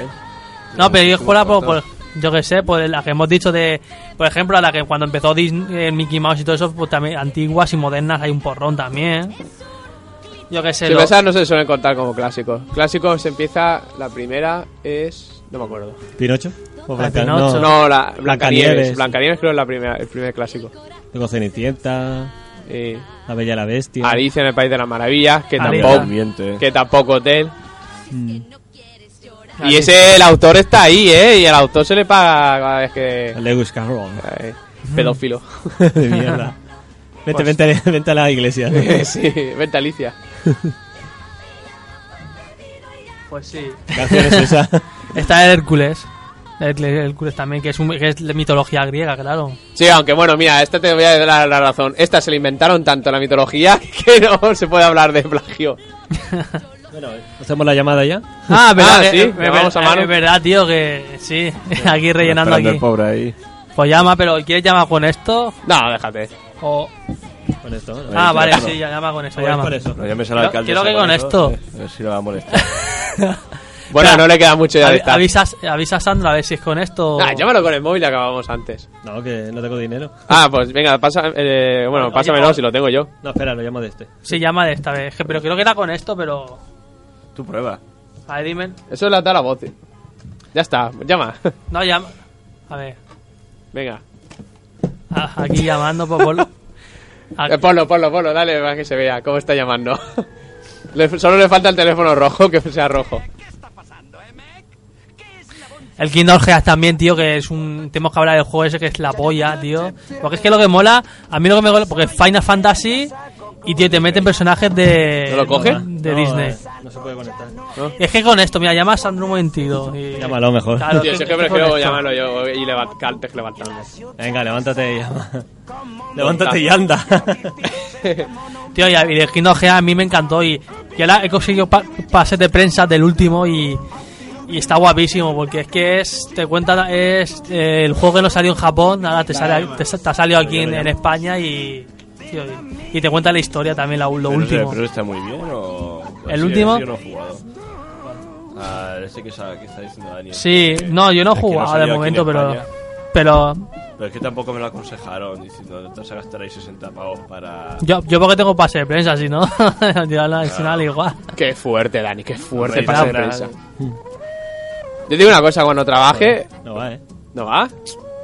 S2: no, pero yo escuela por,
S4: cortos.
S2: por- yo que sé, por la que hemos dicho de, por ejemplo, a la que cuando empezó Disney, eh, Mickey Mouse y todo eso, pues también antiguas y modernas hay un porrón también. ¿eh? Yo que sé,
S3: Si
S2: lo-
S3: esas no se suelen contar como clásicos. Clásicos empieza, la primera es... No me acuerdo.
S5: ¿Pinocho? ¿O
S2: Ah,
S5: Franca-
S2: Pinocho.
S5: No.
S3: No, la Blancanieves.
S5: Blancanieves.
S3: Blancanieves creo es la primera, el primer clásico.
S5: Luego Cenicienta,
S3: Y
S5: La Bella y la Bestia.
S3: Alicia en el País de las Maravillas, que
S2: Alicia.
S3: tampoco...
S4: Miente.
S3: Que tampoco Hotel. Y
S2: Alicia.
S3: ese, el autor está ahí, ¿eh? Y al autor se le paga cada vez que...
S5: Lewis Carroll.
S3: Ay, pedófilo.
S5: De mierda. Vente, vente, vente a la iglesia.
S3: sí, vente Alicia.
S2: pues sí.
S5: canción es esa?
S2: Está el Hércules. El- el Hércules también, que es, un- que es de mitología griega, claro.
S3: Sí, aunque bueno, mira, esta te voy a dar la razón. Esta se la inventaron tanto en la mitología que no se puede hablar de plagio.
S5: ¿Hacemos la llamada ya?
S2: Ah, verdad,
S3: Ah,
S2: que-
S3: sí,
S2: es ver-
S3: llamamos a Manu.
S2: es verdad, tío, que sí, aquí rellenando
S4: Esperando
S2: aquí.
S4: el pobre ahí.
S2: Pues llama, pero ¿quieres llamar con esto?
S3: No, déjate.
S2: O...
S5: Con esto. ¿no?
S2: Ah, vale,
S4: claro.
S2: sí, ya llama con eso,
S5: Voy
S2: llama.
S5: Pues, por eso.
S4: No llames al
S2: Quiero-
S4: alcalde.
S2: quiero que
S4: ese
S2: con
S4: eso,
S2: esto.
S4: A ver si lo va a molestar.
S3: Bueno,
S2: Espera.
S3: no le queda mucho ya de
S2: Avi-
S3: estar.
S2: avisas, avisa a Sandra a ver si es con esto. o-
S3: Ah, llámalo con el móvil y acabamos antes.
S5: No, que no tengo dinero.
S3: Ah, pues venga, pasa, eh, bueno, pásamelo si lo tengo yo.
S5: No, espera, lo llamo de este.
S2: Sí, llama de esta vez. que- Pero creo que era con esto, pero.
S4: Tú prueba.
S2: A ver, dime.
S3: Eso le da la voz. tío. Ya está, llama.
S2: No, llama. A ver,
S3: Venga.
S2: a- aquí llamando por... por- Ah,
S3: Eh, ponlo, ponlo, ponlo, dale para que se vea cómo está llamando. Le- solo le falta el teléfono rojo, que sea rojo.
S2: El Kingdom Hearts también, tío, que es un... Tenemos que hablar del juego ese que es la polla, tío. Porque es que lo que mola, a mí lo que me mola, porque Final Fantasy y, tío, te meten personajes de...
S3: ¿No lo coge?
S2: De Disney.
S5: No eh. se puede conectar.
S2: Es que con esto, mira, llamas a Sandro un momentito. y-
S5: Llámalo mejor.
S2: Claro,
S3: Tío,
S2: es
S3: si es que
S2: es con
S3: prefiero
S2: esto.
S3: llamarlo yo y levant- antes que levantarme.
S5: Venga, levántate y llama. levántate y anda.
S2: Tío, y y de Kingdom Hearts a mí me encantó y, y ahora he conseguido pa- pases de prensa del último y, y está guapísimo porque es que es, te cuenta, es eh, el juego que no salió en Japón, nada, te, sale, te, sa- te ha salido aquí en, en España y, tío, y, y te cuenta la historia también, la- lo
S4: Pero,
S2: último.
S4: pero está muy bien o.
S2: ¿El
S4: Sí,
S2: último?
S4: Yo no he jugado. Ah, ese que, sa- que está diciendo Daniel.
S2: Sí, no, yo no he
S4: Es que no
S2: jugado
S4: salió
S2: de
S4: aquí
S2: momento,
S4: en
S2: pero,
S4: España.
S2: pero
S4: Pero es que tampoco me lo aconsejaron diciendo, entonces gastaréis 60 pavos para.
S2: yo, yo porque tengo pase de prensa, si no, yo al final igual.
S3: Qué fuerte, Dani, qué fuerte
S4: Hombre,
S3: para la
S2: claro.
S3: prensa. Yo te digo una cosa, cuando trabaje...
S5: No va, eh.
S3: ¿No va?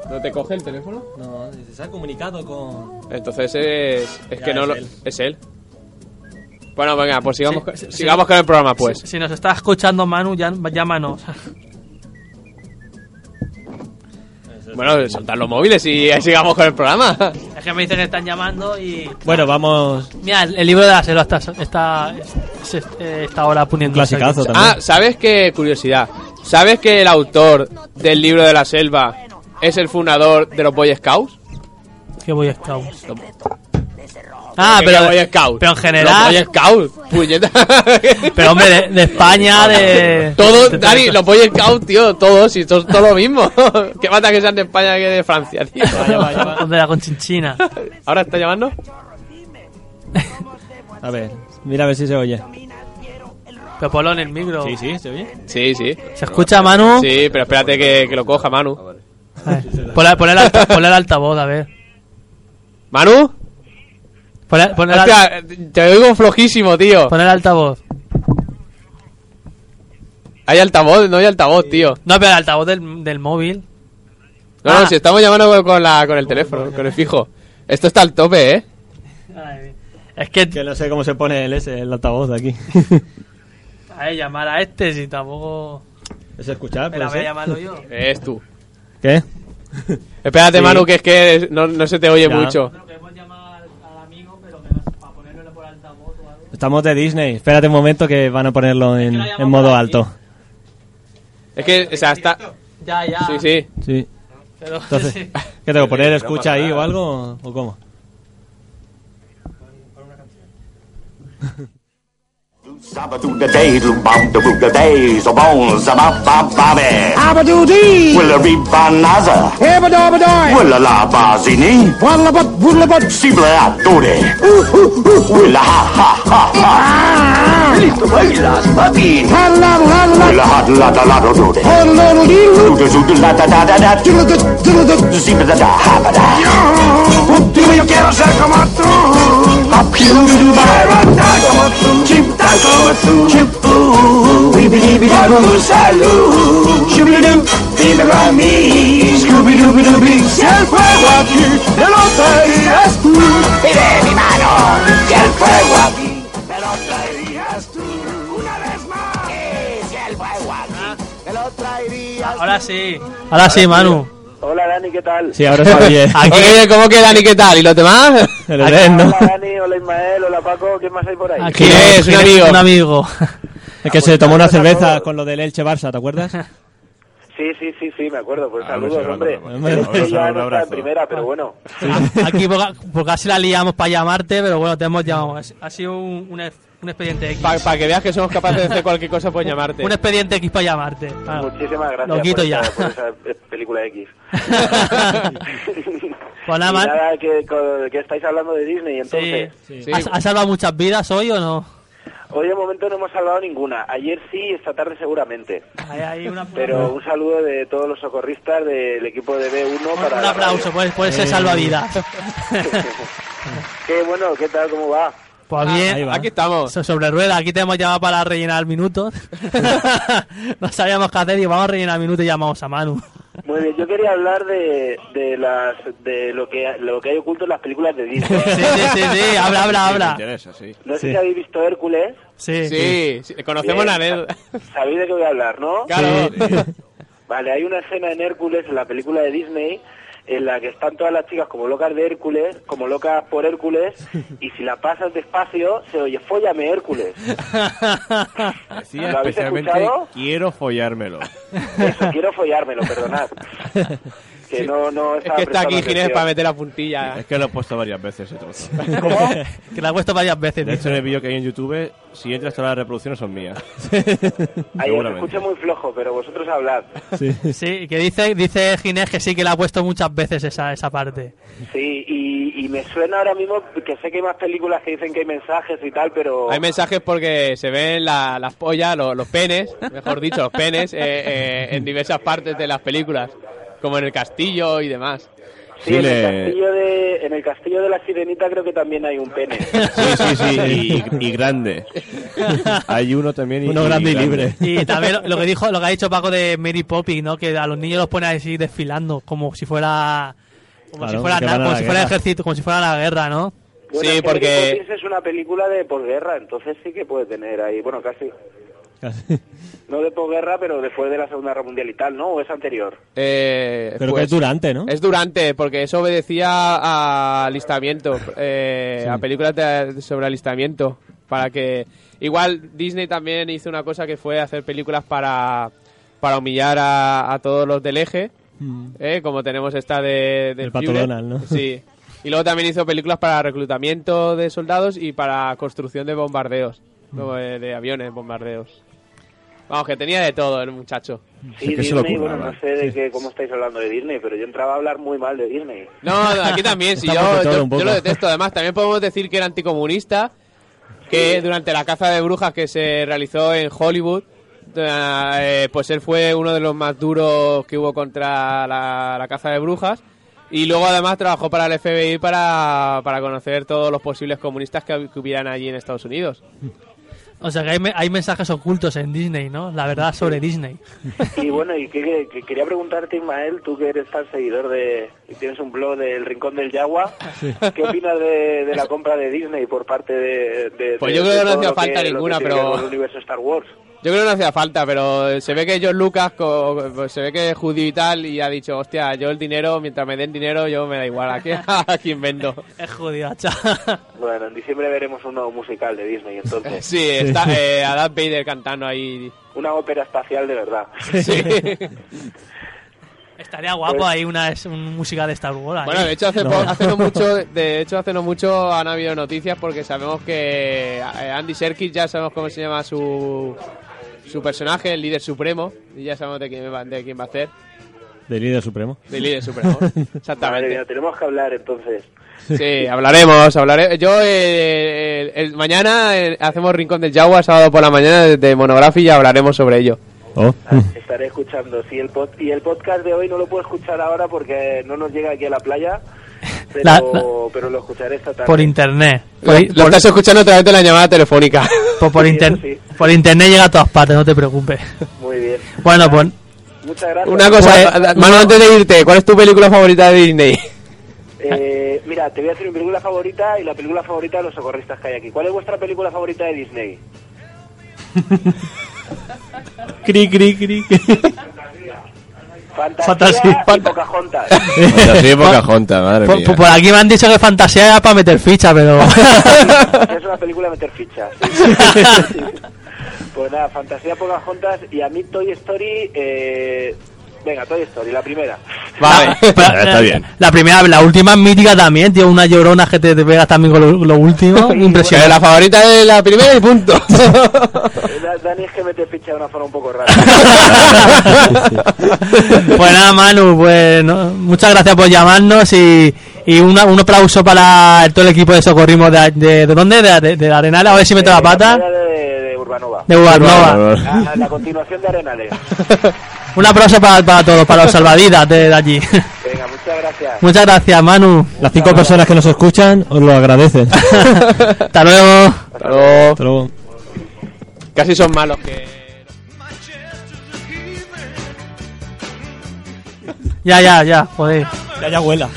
S3: ¿No te coge el teléfono?
S5: No, se ha comunicado con.
S3: Entonces es, es
S5: Ya,
S3: que no
S5: es
S3: lo-
S5: él.
S3: es él. Bueno, venga, pues sigamos,
S2: Sí,
S3: con,
S2: sí.
S3: sigamos con el programa, pues.
S2: Si, si nos está escuchando Manu, ya- llámanos.
S3: Bueno, soltar los móviles y eh, sigamos con el programa.
S2: Es que me dicen que están llamando y...
S5: Bueno, vamos.
S2: Mira, el, el libro de la selva está, está, se- eh, está ahora poniendo.
S5: Clasicazo también.
S3: Ah, ¿sabes qué? Curiosidad. ¿Sabes que el autor del libro de la selva es el fundador de los Boy Scouts?
S2: Que voy a Scouts. Ah,
S3: Que
S2: pero.
S3: Boy Scouts.
S2: Pero en
S3: Los Boy
S2: general.
S3: Scouts, puñeta.
S2: Pero hombre, de, de España, de.
S3: Todos,
S2: de-
S3: Dani, los Boy Scouts, tío, todos, y todos todo lo mismo. Qué mata que sean de España que de Francia, tío.
S5: Ya va, ya va.
S2: De la conchinchina.
S3: ¿Ahora está llamando?
S5: A ver, mira a ver si se oye.
S2: Pero ponlo en el micro.
S5: Sí, sí, se oye.
S3: Sí, sí.
S2: ¿Se escucha, Manu?
S3: Sí, Ah, pero espérate que, que lo coja Manu.
S2: A ver, Pon, la- pon el alta- pon el altavoz, a ver.
S3: ¿Manu?
S2: Pon, el- pon el, al-
S3: Hostia, te oigo flojísimo, tío.
S2: pon el altavoz.
S3: Hay altavoz, no hay altavoz, tío.
S2: No, pero el altavoz del, del móvil.
S3: No,
S2: Ah.
S3: no, si estamos llamando con- con, la, con el teléfono, con el fijo. Esto está al tope, ¿eh?
S2: Es que.
S5: Que no sé cómo se pone el, ese, el altavoz de aquí.
S2: A ver, llamar a este si tampoco.
S5: ¿Es escuchar?
S2: Espera,
S5: puede
S2: voy a
S5: ser?
S2: llamarlo yo.
S3: Es tú.
S5: ¿Qué?
S3: Espérate,
S5: Sí.
S3: Manu, que es que no, no se te oye
S5: Ya.
S3: mucho.
S2: Bueno, podemos llamar al, al amigo, pero que no, para ponerlo por altavoz o algo.
S5: Estamos de Disney. Espérate un momento que van a ponerlo en,
S2: la llamamos
S5: en modo
S2: por aquí.
S5: alto.
S3: Es que, o sea, está...
S2: Ya, ya.
S3: Sí, sí.
S5: Sí.
S2: Pero,
S5: Entonces,
S2: sí.
S5: ¿qué tengo? ¿Poner escucha ahí o algo? ¿O cómo?
S7: Sabadoo the day, doo bomb the boo the day, so bones, a bop bop bobby.
S8: Abadoo dee!
S7: Will a ribanaza,
S8: Abadabadai!
S7: will a la barzini,
S8: Wallabat, wallabat!
S7: sibla a dure, will a ha ha ha ha. Little way las puppy,
S8: Hadalad, hadalad!
S7: will a hot la da la do dure,
S8: Hadalad, deedle!
S7: do do do do la da da da da, do
S8: Diddle-dut, diddle-dut!
S7: do zibla da ha ba da.
S8: Yo quiero ser como tú!
S7: Hop you do ba, chip da go to, chip ooh, bibi bibi da go salu,
S8: Shibidoo,
S7: bibi ba mi, scooby dooby dooby,
S8: el fuego aquí, pelota y eres tú.
S7: Pide mi mano y el fuego aquí.
S2: Ahora sí. Ahora sí, Manu.
S9: Hola Dani, ¿qué tal?
S5: Sí, ahora se oye.
S3: Oye, ¿cómo que Dani, qué tal? ¿Y los demás?
S5: El Eden, ¿no?
S9: Hola Dani, hola Ismael, hola Paco, ¿quién más hay por ahí?
S2: Aquí
S3: ¿Quién
S2: no,
S3: es? Un
S2: aquí
S3: amigo.
S2: Un amigo.
S5: El que se tomó una cerveza con lo del Elche Barça, ¿te acuerdas?
S9: Sí, sí, sí, sí, me acuerdo, pues
S4: Ah,
S9: saludos,
S4: hombre,
S9: hombre.
S4: saludos,
S5: hombre.
S9: Es que ya
S4: Un
S9: no está
S4: abrazo.
S9: en primera,
S2: Ah.
S9: pero bueno.
S2: Aquí por, por casi la liamos para llamarte, pero bueno, te hemos llamado. Ha- Ha sido un, un, ex- un expediente X.
S3: Para que veas que somos capaces de hacer cualquier cosa, pues llamarte.
S2: Un expediente X para llamarte. Claro.
S9: Muchísimas gracias
S2: Ah. Lo quito
S9: por,
S2: ya.
S9: Esa, por esa, eh, película X.
S2: Pues nada
S9: Y
S2: más.
S9: nada, que, co- que estáis hablando de Disney,
S2: Sí.
S9: entonces.
S3: Sí.
S2: ¿Has, has salvado muchas vidas hoy o no?
S9: Hoy de momento no hemos salvado ninguna. Ayer sí y esta tarde seguramente.
S2: Hay, hay una,
S9: Pero un saludo de todos los socorristas del equipo de B1
S2: un,
S9: para...
S2: un
S9: la
S2: aplauso, pues.
S9: radio.
S2: puede, puede ser salvavidas.
S9: Qué bueno, ¿qué tal? ¿Cómo va?
S3: Ah,
S2: Pues
S5: ahí
S2: bien,
S5: va.
S3: Aquí estamos.
S2: So- Sobre ruedas, aquí te hemos llamado para rellenar minutos. no sabíamos qué hacer y vamos a rellenar minutos y llamamos a Manu.
S9: Muy bien, yo quería hablar de, de las de lo que lo que hay oculto en las películas de Disney.
S2: Sí, sí, sí, sí, habla, habla,
S4: Sí,
S2: habla.
S4: Me interesa, sí.
S9: No sé
S2: Sí.
S9: si habéis visto Hércules.
S2: Sí.
S3: Sí, sí, conocemos
S9: Bien,
S3: la anécdota.
S9: Sabéis de qué voy a hablar, ¿no?
S3: Claro.
S9: Vale, hay una escena en Hércules, en la película de Disney, en la que están todas las chicas como locas de Hércules, como locas por Hércules, y si la pasas despacio, se oye, fóllame Hércules.
S4: Decía
S9: ¿Lo habéis
S4: especialmente
S9: escuchado?
S4: quiero follármelo.
S9: Eso, quiero follármelo, perdonad. Que no, no
S3: Es
S9: estaba
S3: que está
S9: prestando
S3: aquí Ginés
S9: atención.
S3: para meter la puntilla.
S4: Es que lo he puesto varias veces ese trozo.
S2: Que la he puesto varias veces.
S4: De hecho, en el vídeo que hay en YouTube, si entras todas las reproducciones son mías.
S9: Ahí os
S4: Seguramente.
S9: escucho muy flojo, pero vosotros hablad.
S2: Sí, que dice, dice Ginés que sí que la ha puesto muchas veces esa, esa parte.
S9: Sí, y, y me suena ahora mismo que sé que hay más películas que dicen que hay mensajes y tal, pero...
S3: Hay mensajes porque se ven la- las pollas, lo- los, penes, mejor dicho, los penes, eh, eh, en diversas partes de las películas, como en el castillo y demás.
S9: Sí,
S4: Sí,
S9: en, el
S4: le-
S9: castillo de, en el castillo de la sirenita creo que también hay un pene.
S4: Sí, sí, sí, y, y grande. Hay uno también y
S5: Uno grande y libre.
S2: Y también lo, lo que dijo, lo que ha dicho Paco de Mary Poppins, ¿no? Que a los niños los pone así desfilando, como si fuera, como
S5: Claro,
S2: si fuera,
S5: que
S2: na-
S5: van a
S2: como
S5: la
S2: si fuera
S5: guerra.
S2: ejército, como si fuera la guerra, ¿no?
S9: Bueno,
S3: Sí,
S9: es que
S3: porque-
S9: Mary Poppins es una película de posguerra, entonces sí que puede tener ahí, bueno, casi, no de posguerra, pero después de la Segunda Guerra Mundial y tal, ¿no? ¿O es anterior?
S3: Eh,
S5: Pero que
S3: pues,
S5: es durante, ¿no?
S3: Es durante, porque eso obedecía a alistamiento, eh, a películas de- sobre alistamiento. Para que. Igual Disney también hizo una cosa que fue hacer películas para, para humillar a, a todos los del eje. ¿eh? Como tenemos esta de. de
S5: Mm. El Pato
S3: Fury.
S5: Donald, ¿no?
S3: Sí. Y luego también hizo películas para reclutamiento de soldados y para construcción de bombardeos.
S5: Mm.
S3: como de, de aviones, bombardeos. Vamos, que tenía de todo el muchacho.
S9: Sí,
S4: Es que se lo
S9: Disney,
S4: curraba.
S9: bueno, no sé de qué, cómo estáis hablando de Disney, pero yo entraba a hablar muy mal de Disney.
S3: No, no, aquí también, si yo,
S5: Estamos de todo
S3: yo-
S5: un poco.
S3: yo lo detesto. Además, también podemos decir que era anticomunista, que durante la caza de brujas que se realizó en Hollywood, eh, pues él fue uno de los más duros que hubo contra la, la caza de brujas. Y luego además trabajó para el FBI para, para conocer todos los posibles comunistas que, hub- que hubieran allí en Estados Unidos.
S2: O sea que hay, me- hay mensajes ocultos en Disney, ¿no? La verdad sobre Disney.
S9: Y bueno, y que, que- que quería preguntarte, Ismael, tú que eres tan seguidor de... y tienes un blog del Rincón del Yagua, ¿qué opinas de, de la compra de Disney por parte de... de-
S3: Pues
S9: de-
S3: yo creo
S9: de
S3: que no
S9: todo
S3: hacía
S9: lo
S3: falta
S9: lo
S3: ninguna,
S9: tiene que
S3: pero-
S9: ver con El universo Star Wars.
S3: Yo creo que no hacía falta, pero se ve que John Lucas, co- pues se ve que es judío y tal, y ha dicho, hostia, yo el dinero, mientras me den dinero, yo me da igual a quién, a quién vendo.
S2: Es jodida, cha.
S9: Bueno, en diciembre veremos un nuevo musical de Disney, entonces.
S3: Sí, está eh, a Darth Vader cantando ahí.
S9: Una ópera espacial de verdad.
S3: Sí.
S2: Estaría guapo
S9: Pues-
S2: ahí una es un música de Star Wars. ahí.
S3: bueno, de hecho hace, po- hace no mucho, de hecho hace no mucho han habido noticias porque sabemos que eh, Andy Serkis ya sabemos cómo se llama su su personaje, el líder supremo, y ya sabemos de quién va, de quién va a ser,
S5: De líder supremo.
S3: de líder supremo.
S9: Madre
S3: Exactamente.
S9: mía, tenemos que hablar entonces.
S3: Sí, hablaremos, hablaré. Yo eh, el- el- mañana eh, hacemos Rincón del Jaguar sábado por la mañana desde Monography y hablaremos sobre ello.
S5: Oh.
S9: Ah, Estaré escuchando. Sí, el pod- y el podcast de hoy no lo puedo escuchar ahora porque no nos llega aquí a la playa, pero,
S2: La-
S9: pero lo escucharé esta tarde.
S2: Por internet.
S3: Lo,
S2: Por,
S3: lo estás escuchando a través de la llamada telefónica.
S2: por- por
S9: Sí,
S2: inter-
S9: eso sí.
S2: por internet llega a todas partes, no te preocupes.
S9: Muy bien.
S2: Bueno, pues
S9: Muchas gracias.
S3: Una cosa, Manu, antes de irte, ¿cuál es tu película favorita de Disney?
S9: Eh, mira, te voy a decir mi película favorita y la película favorita de los socorristas que hay aquí. ¿Cuál es vuestra película favorita de Disney?
S5: Cri, cri, cri.
S2: Pues,
S9: Fantasía,
S2: Fantasía.
S9: y
S2: Fant-
S9: Pocahontas.
S4: Así Pocahontas, madre
S2: por,
S4: mía.
S2: pues, por- por aquí me han dicho que fantasía era para meter ficha, pero.
S9: es una película de meter fichas. Sí. pues nada, Fantasía, Pocahontas y a mí Toy Story... Eh... Venga, Toy Story, la primera.
S3: Vale. pues
S2: Pero,
S4: Está
S2: eh,
S4: bien.
S2: La primera, la última es mítica también, tío. Una llorona que te, te pegas también con lo, lo último.
S3: Que
S2: Impresionante.
S3: la favorita es la primera y punto.
S9: Eh, Da- Dani es que mete ficha de una forma un poco rara.
S2: pues nada, Manu, pues no, muchas gracias por llamarnos y, y una- un aplauso para todo el equipo de socorrismo de, de, ¿de dónde? De, de, de Arenal, a ver si meto la
S9: Eh,
S2: pata.
S9: la De, de Urbanova.
S2: De Ubarnova.
S9: Ah, la continuación de Arenales.
S2: Un aplauso para, para todos, para los salvavidas de, de allí.
S9: Venga, muchas gracias.
S2: muchas gracias, Manu.
S5: Las cinco personas que nos escuchan os lo agradecen.
S2: Hasta luego.
S3: Hasta luego.
S5: Hasta luego.
S3: Casi son malos que...
S2: Ya, ya, ya, joder.
S5: Ya, ya vuela.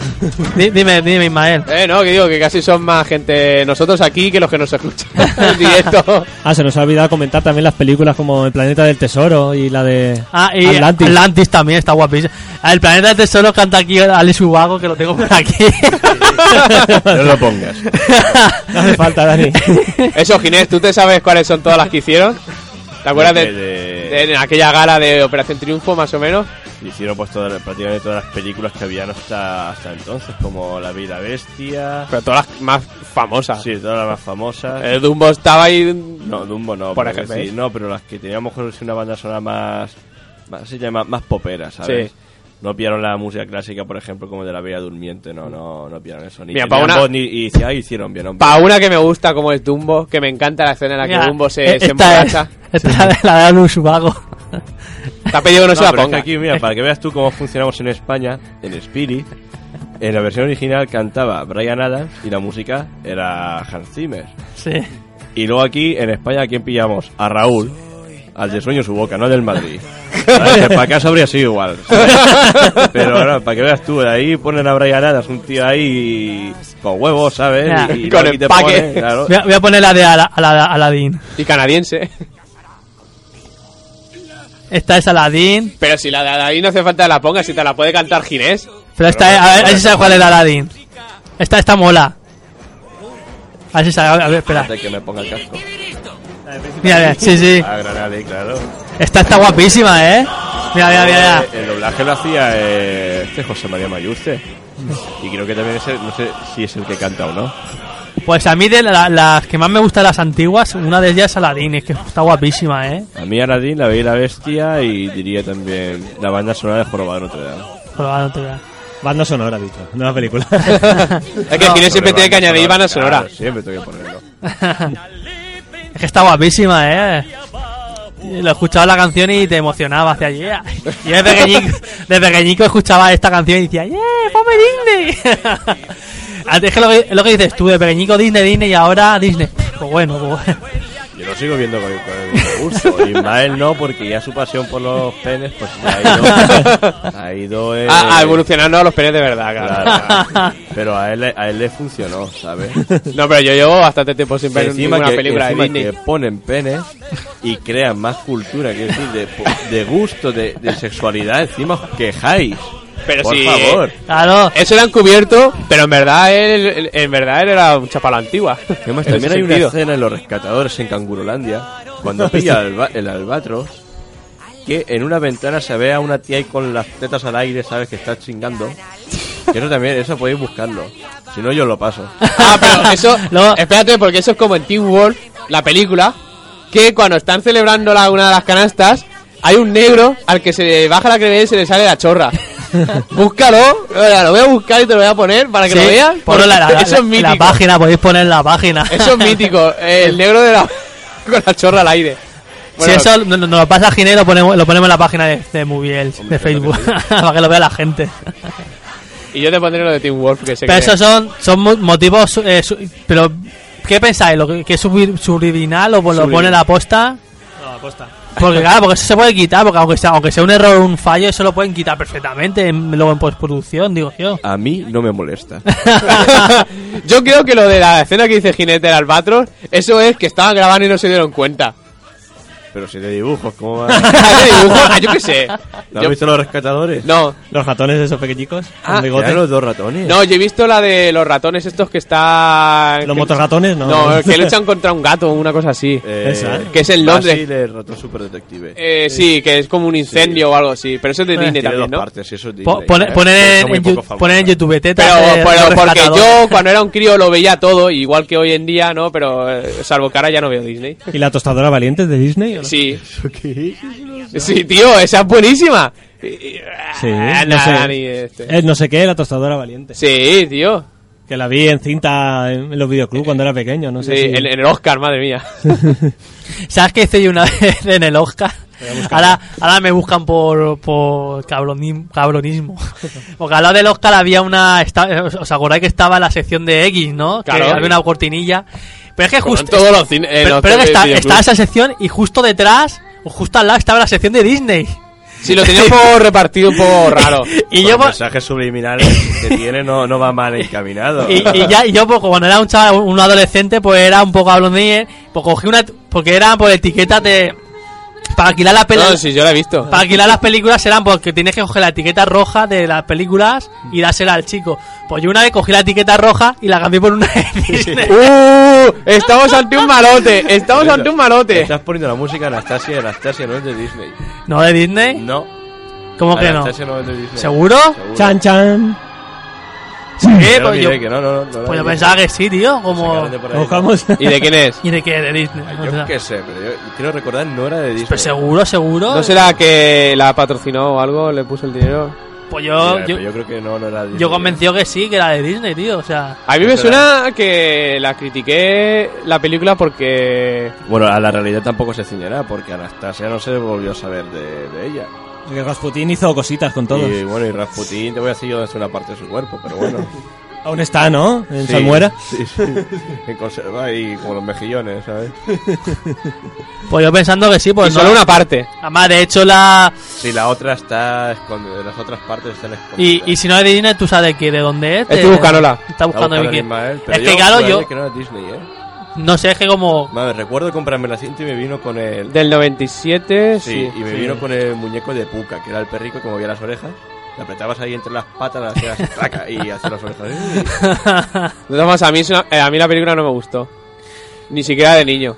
S2: dime, dime, Ismael.
S3: Eh, no, que digo que casi son más gente nosotros aquí que los que nos escuchan en directo.
S5: Ah, se nos ha olvidado comentar también las películas como El planeta del tesoro y la de
S2: Ah, y Atlantis.
S5: Atlantis.
S2: también está guapísimo. El planeta del tesoro canta aquí Alex Ubago, que lo tengo por aquí.
S4: No lo pongas.
S5: No hace falta, Dani.
S3: Eso, Ginés, ¿tú te sabes cuáles son todas las que hicieron? ¿Te acuerdas de,
S4: De- de-
S3: de- en aquella gala de Operación Triunfo, más o menos?
S4: Hicieron pues todas, prácticamente todas las películas que habían hasta, hasta entonces, como La Vida Bestia.
S3: Pero todas las más famosas.
S4: Sí, todas las más famosas.
S3: El Dumbo estaba ahí.
S4: No, Dumbo no.
S3: Por
S4: pero
S3: ejemplo,
S4: que sí,
S3: ¿eh?
S4: no, pero las que teníamos mejor sí, una banda sonora más. más se llama más popera, ¿sabes?
S3: Sí.
S4: No pillaron la música clásica, por ejemplo, como de la Bella Durmiente, no, no, no pillaron eso. Ni
S3: Mira,
S4: tenían
S3: pa' una-
S4: voz, ni- y dice, ah, hicieron bien, hombre.
S3: Pa' una que me gusta como es Dumbo, que me encanta la escena en la que
S2: Mira,
S3: Dumbo se, se
S2: Eh, esta es,
S3: emborracha.
S2: esta es la de- la de Alex Ubago.
S3: Te ha pedido que no, se la
S4: pero es que
S3: ponga.
S4: aquí, mira, para que veas tú cómo funcionamos en España, en Spirit, en la versión original cantaba Brian Adams y la música era Hans Zimmer.
S2: Sí.
S4: Y luego aquí, en España, ¿a quién pillamos? A Raúl, al de Sueño en su boca, no al del Madrid. ¿Sabes? Que Para casa habría sido igual. ¿sabes? Pero no, para que veas tú, ahí ponen a Brian Adams, un tío ahí con huevos, ¿sabes?
S2: Ya.
S4: Y, y
S3: Con
S4: luego aquí te
S3: empaque.
S4: ponen, claro,
S2: Voy a, voy a poner la de Ala- Ala- Aladdin.
S3: Y canadiense.
S2: Esta es Aladdin.
S3: Pero si la de Aladdin no hace falta que la ponga, si te la puede cantar Ginés.
S2: Pero esta es, a ver, a ver si sabes cuál es Aladdin. Esta, esta mola. A ver si sabes, a ver, espera.
S4: Espérate que me ponga el casco.
S2: Mira, mira, sí, sí.
S4: Ah, Granada, claro.
S2: Esta está guapísima, eh. Mira, mira, mira, mira.
S4: Eh, El doblaje lo hacía eh, este José María Mayuste. Y creo que también ese, no sé si es el que canta o no.
S2: Pues a mí de la- las que más me gustan las antiguas, una de ellas es Aladdin, es que está guapísima, ¿eh?
S4: A mí Aladdin, La Bella y la Bestia y diría también la banda sonora de Jorobado de Notre Dame.
S2: Pero va, no te veas.
S5: Banda sonora, Víctor. Nueva película.
S3: Es que Ginés siempre tiene que añadir banda sonora.
S4: Claro, siempre tengo que ponerlo.
S2: Es que está guapísima, ¿eh? Y Lo escuchaba la canción y te emocionaba hacia allí. Yo de pequeñico, de pequeñico escuchaba esta canción y decía, ¡Yeah! ¡Ponme Disney! Antes es que lo, que- es lo que dices tú, de pequeñico Disney, Disney y ahora Disney. Pues bueno, pues bueno.
S4: Yo lo sigo viendo con, con gusto. Ismael no, porque ya su pasión por los penes pues ya ha ido. Ha ido eh,
S3: A, a evolucionando a los penes de verdad, claro.
S4: claro. Pero a él, le- a él le funcionó, ¿sabes?
S3: No, pero yo llevo bastante tiempo sin ver
S4: encima
S3: ninguna
S4: que,
S3: película de
S4: encima
S3: Disney.
S4: que ponen penes y crean más cultura, quiero decir, de, de gusto, de, de sexualidad, encima os quejáis.
S3: Pero
S4: Por
S3: si-
S4: favor.
S2: Claro.
S3: Eso era encubierto, pero en verdad él, en verdad él era un chapala antigua.
S4: Además,
S3: En
S4: también
S3: ese
S4: hay una
S3: sentido.
S4: escena en Los Rescatadores en Cangurolandia, cuando pilla el, alba- el albatros, que en una ventana se ve a una tía ahí con las tetas al aire, ¿sabes? Que está chingando. Que Eso también, eso podéis buscarlo. Si no, yo lo paso.
S3: Ah, pero eso.
S2: Luego-
S3: Espérate, porque eso es como en Team World, la película, que cuando están celebrando la, una de las canastas, hay un negro al que se le baja la crevilla y se le sale la chorra. Búscalo, mira, lo voy a buscar y te lo voy a poner para que
S2: Sí,
S3: lo veas.
S2: ponlo
S3: porque
S2: en la, la-
S3: eso es
S2: en la
S3: mítico.
S2: página, podéis poner la página.
S3: Eso es mítico. eh, El negro de la, con la chorra al aire. Bueno,
S2: si eso no- no- nos lo pasa Ginés, lo ponemos, lo ponemos en la página de, de Moviel, de Facebook, para que lo vea la gente.
S3: Y yo te pondré lo de Team World, que sé
S2: Pero
S3: que-
S2: esos son, son mo- motivos. eh, su- pero, ¿qué pensáis? ¿Lo que, que es subir- subliminal o lo pone la posta? Porque claro, porque eso se puede quitar, porque aunque sea, aunque sea un error o un fallo, eso lo pueden quitar perfectamente en- luego en postproducción, digo yo.
S4: A mí no me molesta.
S3: Yo creo que lo de la escena que dice Jinete del Albatros, eso es que estaban grabando y no se dieron cuenta.
S4: Pero si de dibujos, ¿cómo va?
S3: Ese dibujo, ah, yo qué sé.
S4: ¿No
S3: Yo-
S4: has visto Los Rescatadores?
S3: no,
S5: Los ratones esos pequeñicos.
S3: Ah,
S5: con bigote.
S4: Eran los dos ratones?
S3: no, yo he visto la de los ratones estos que están...
S5: Los
S3: que-
S5: motorratones, no.
S3: No, que luchan contra un gato o una cosa así.
S4: Eh,
S5: Esa.
S3: Que es en
S4: ah,
S3: Londres.
S4: sí, el ratón superdetective.
S3: Eh, sí, que es como un incendio o algo así. Pero eso es de Disney
S4: Tiene dos
S3: también, ¿no?
S4: partes, eso es
S2: Po-
S4: Disney,
S2: pone-
S4: ¿eh?
S2: poner,
S4: Pero
S2: en,
S4: son muy
S2: en Yu-
S4: poco
S2: poner en
S4: famosas.
S2: YouTube tetas
S3: Pero,
S2: de
S3: pero
S2: los
S3: porque
S2: rescatadores.
S3: yo cuando era un crío lo veía todo, igual que hoy en día, ¿no? Pero eh, salvo cara ya no veo Disney.
S5: ¿Y la tostadora valiente de Disney? o no?
S3: Sí. Sí, tío, esa es buenísima. Sí,
S5: Sí,
S3: Ah,
S5: no sé. Eh, no sé qué, la tostadora valiente.
S3: este. Sí, tío.
S5: Que la vi en cinta en en los videoclubs cuando era pequeño, no sé.
S3: Sí,
S5: si-
S3: en, en el Oscar, madre mía.
S2: ¿Sabes qué hice yo una vez en el Oscar? Ahora, ahora me buscan por, por cabronim- cabronismo. Porque al lado del Oscar había una. esta- ¿Os os acordáis que estaba la sección de X, no?
S3: Claro.
S2: que había una cortinilla. Pero es que
S3: Como en
S2: justo.
S3: todos los cine- en
S2: pero
S3: los
S2: pero es que
S3: cine-
S2: está-
S3: videoclubs.
S2: estaba esa sección y justo detrás, o justo al lado, estaba la sección de Disney.
S3: Sí, lo tenía un poco repartido un poco raro.
S2: Y
S4: yo. Los mensajes subliminales que tiene no, no va mal encaminado.
S2: Y, y ya y yo pues, cuando era un chaval, un adolescente, pues era un poco hablondín, pues cogí una porque era por etiqueta de para alquilar las
S3: No,
S2: películas.
S3: sí, yo la he visto.
S2: Para alquilar las películas eran porque tienes que coger la etiqueta roja de las películas y dársela al chico. Pues yo una vez cogí la etiqueta roja y la cambié por una de Disney.
S3: ¡Uh! Estamos ante un malote. Estamos
S4: Eso.
S3: ante un malote.
S4: Estás poniendo la música de Anastasia y Anastasia no es de Disney.
S2: ¿No de Disney?
S4: No.
S2: ¿Cómo que no?
S4: Anastasia no es de Disney.
S2: ¿Seguro?
S5: Chan, chan.
S2: Sí,
S4: Yo
S2: pues yo,
S4: miré que no, no, no, no la
S2: pues yo
S4: vi.
S2: pensaba que sí, tío. Como...
S4: Sacaron de por ahí.
S5: Buscamos.
S3: ¿Y de quién es?
S2: ¿Y de qué? De Disney.
S4: Ay,
S2: O sea,
S4: Yo qué sé, pero yo quiero recordar no era de Disney.
S2: Pero seguro, seguro.
S3: ¿No será que la patrocinó o algo? ¿Le puso el dinero?
S2: Pues
S4: Mira,
S2: yo,
S4: pero
S2: yo,
S4: yo creo que no, no era de Disney.
S2: yo convencido que sí, que era de Disney, tío. O sea,
S3: A mí me
S4: Eso
S3: suena que la critiqué la película porque...
S4: Bueno, a la realidad tampoco se ciñerá porque Anastasia no se volvió a saber de, de ella.
S5: Que Rasputin hizo cositas con todos.
S4: Y bueno, y Rasputín, te voy a decir yo dónde está una parte de su cuerpo, pero bueno.
S5: Aún está, ¿no? En
S4: Sí,
S5: Salmuera.
S4: Sí, sí. En conserva y como los mejillones, ¿sabes?
S2: pues yo pensando que sí, pues
S3: y
S2: no.
S3: solo una parte.
S2: Además, de hecho, la.
S4: Sí, la otra está escondida, las otras partes están escondidas.
S2: Y, y si no es de Disney, tú sabes que de dónde es.
S3: Estoy
S2: de-
S3: buscándola.
S2: Está
S4: Está
S2: buscando
S4: buscando
S2: Vicky.
S4: Ismael, ¿eh? pero
S2: Es que
S4: yo pues,
S2: claro,
S4: juraría
S2: yo.
S4: que no era Disney, ¿eh?
S2: No sé, es que como.
S4: Madre, recuerdo comprarme la cinta y me vino con el...
S3: Del 97,
S4: Sí,
S3: sí.
S4: y me vino con el muñeco de Puka, que era el perrico que movía las orejas. Le apretabas ahí entre las patas, le hacías traca y hacía las orejas. ¿eh?
S3: De todas formas, a mí, es una- eh, a mí la película no me gustó. Ni siquiera de niño.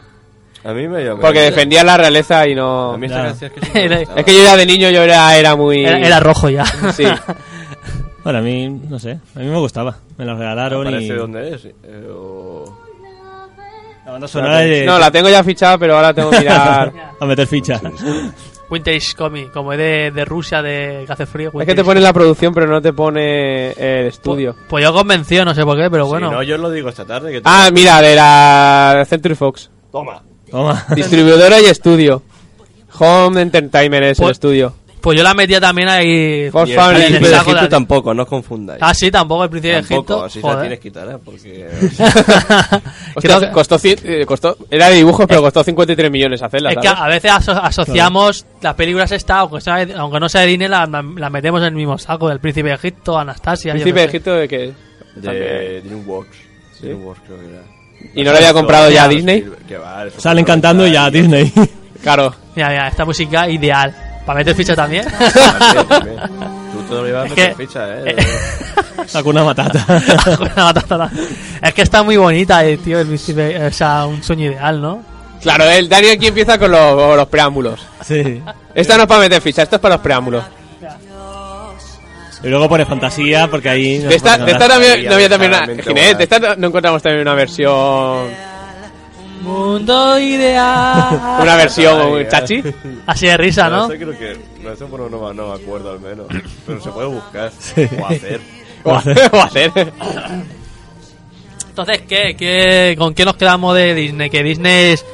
S4: A mí me llamó.
S3: Porque defendía la realeza y
S4: A
S3: no...
S4: mí
S5: Ya.
S4: esta canción es que sí me
S2: Era-
S4: gustaba.
S3: Es que yo ya de niño yo era, era muy...
S2: Era, era rojo ya.
S3: Sí.
S5: Bueno, a mí, no sé. A mí me gustaba. Me lo regalaron y.
S4: Parece dónde es. eh, o-
S5: La banda sonora de.
S3: No, la tengo ya fichada, pero ahora tengo que mirar...
S5: A meter ficha.
S2: Vintage Comic, como es de, de Rusia, de que hace frío.
S3: Es que te ponen la producción, pero no te pone el estudio.
S2: Pues, yo convencido, no sé por qué, pero bueno.
S4: Sí, no, yo os lo digo esta tarde. Que
S3: Ah, mira, de la Century Fox.
S4: Toma.
S5: Toma.
S3: Distribuidora y estudio. Home Entertainment es el
S2: Pues-
S3: estudio.
S2: Pues yo la metía también ahí.
S3: Fox
S4: Y el
S3: Family.
S2: en
S4: príncipe de
S2: saco de
S4: Egipto
S2: la-
S4: tampoco, no os confundáis.
S2: Ah, sí, tampoco el príncipe
S4: Tampoco,
S2: de Egipto.
S4: así
S2: Joder.
S4: la tienes que quitar, ¿eh? porque...
S3: Hostia,
S2: Creo que-
S3: costó, cien- eh, costó- Era de dibujos, pero costó 53 millones hacerla.
S2: Es que
S3: ¿sabes?
S2: a veces aso- asociamos las películas estas, aunque, sea de- aunque no sea de Disney, las las metemos en el mismo saco del Príncipe de Egipto, Anastasia. yo
S3: Príncipe
S2: qué
S3: de
S2: sé.
S3: Egipto de que.
S4: De DreamWorks. DreamWorks creo que era.
S3: ¿Y no lo había comprado ya Disney?
S4: Que va, eso
S5: Salen
S4: fue
S5: cantando y
S4: noventa
S5: ya
S4: y-
S5: Disney.
S3: Claro.
S2: Mira, mira, esta música ideal. Para meter ficha también.
S4: También, también. Tú todo lo llevas
S2: Es
S4: meter
S2: que-
S4: ficha, ¿eh?
S5: Sacó una matata.
S2: Una batata. es que está muy bonita, eh, tío, el príncipe. O sea, un sueño ideal, ¿no?
S3: Claro, el Daniel aquí empieza con los, con los preámbulos.
S5: sí.
S3: Esta no es para meter ficha, esto es para los preámbulos.
S5: Y luego pone fantasía porque ahí. no
S3: De esta,
S5: pone
S3: de esta
S5: nada.
S3: también, no había también una.
S4: Claramente
S3: Ginés, de
S4: buena.
S3: esta no, no encontramos también una versión.
S2: Mundo ideal.
S3: Una versión
S4: Ay,
S3: chachi.
S2: Así de risa, ¿no?
S4: Eso creo que... No, eso por lo no, me- no me acuerdo al menos. Pero se puede buscar. O hacer.
S3: O hacer.
S2: Entonces, ¿qué, qué, con qué nos quedamos de Disney? Que Disney es.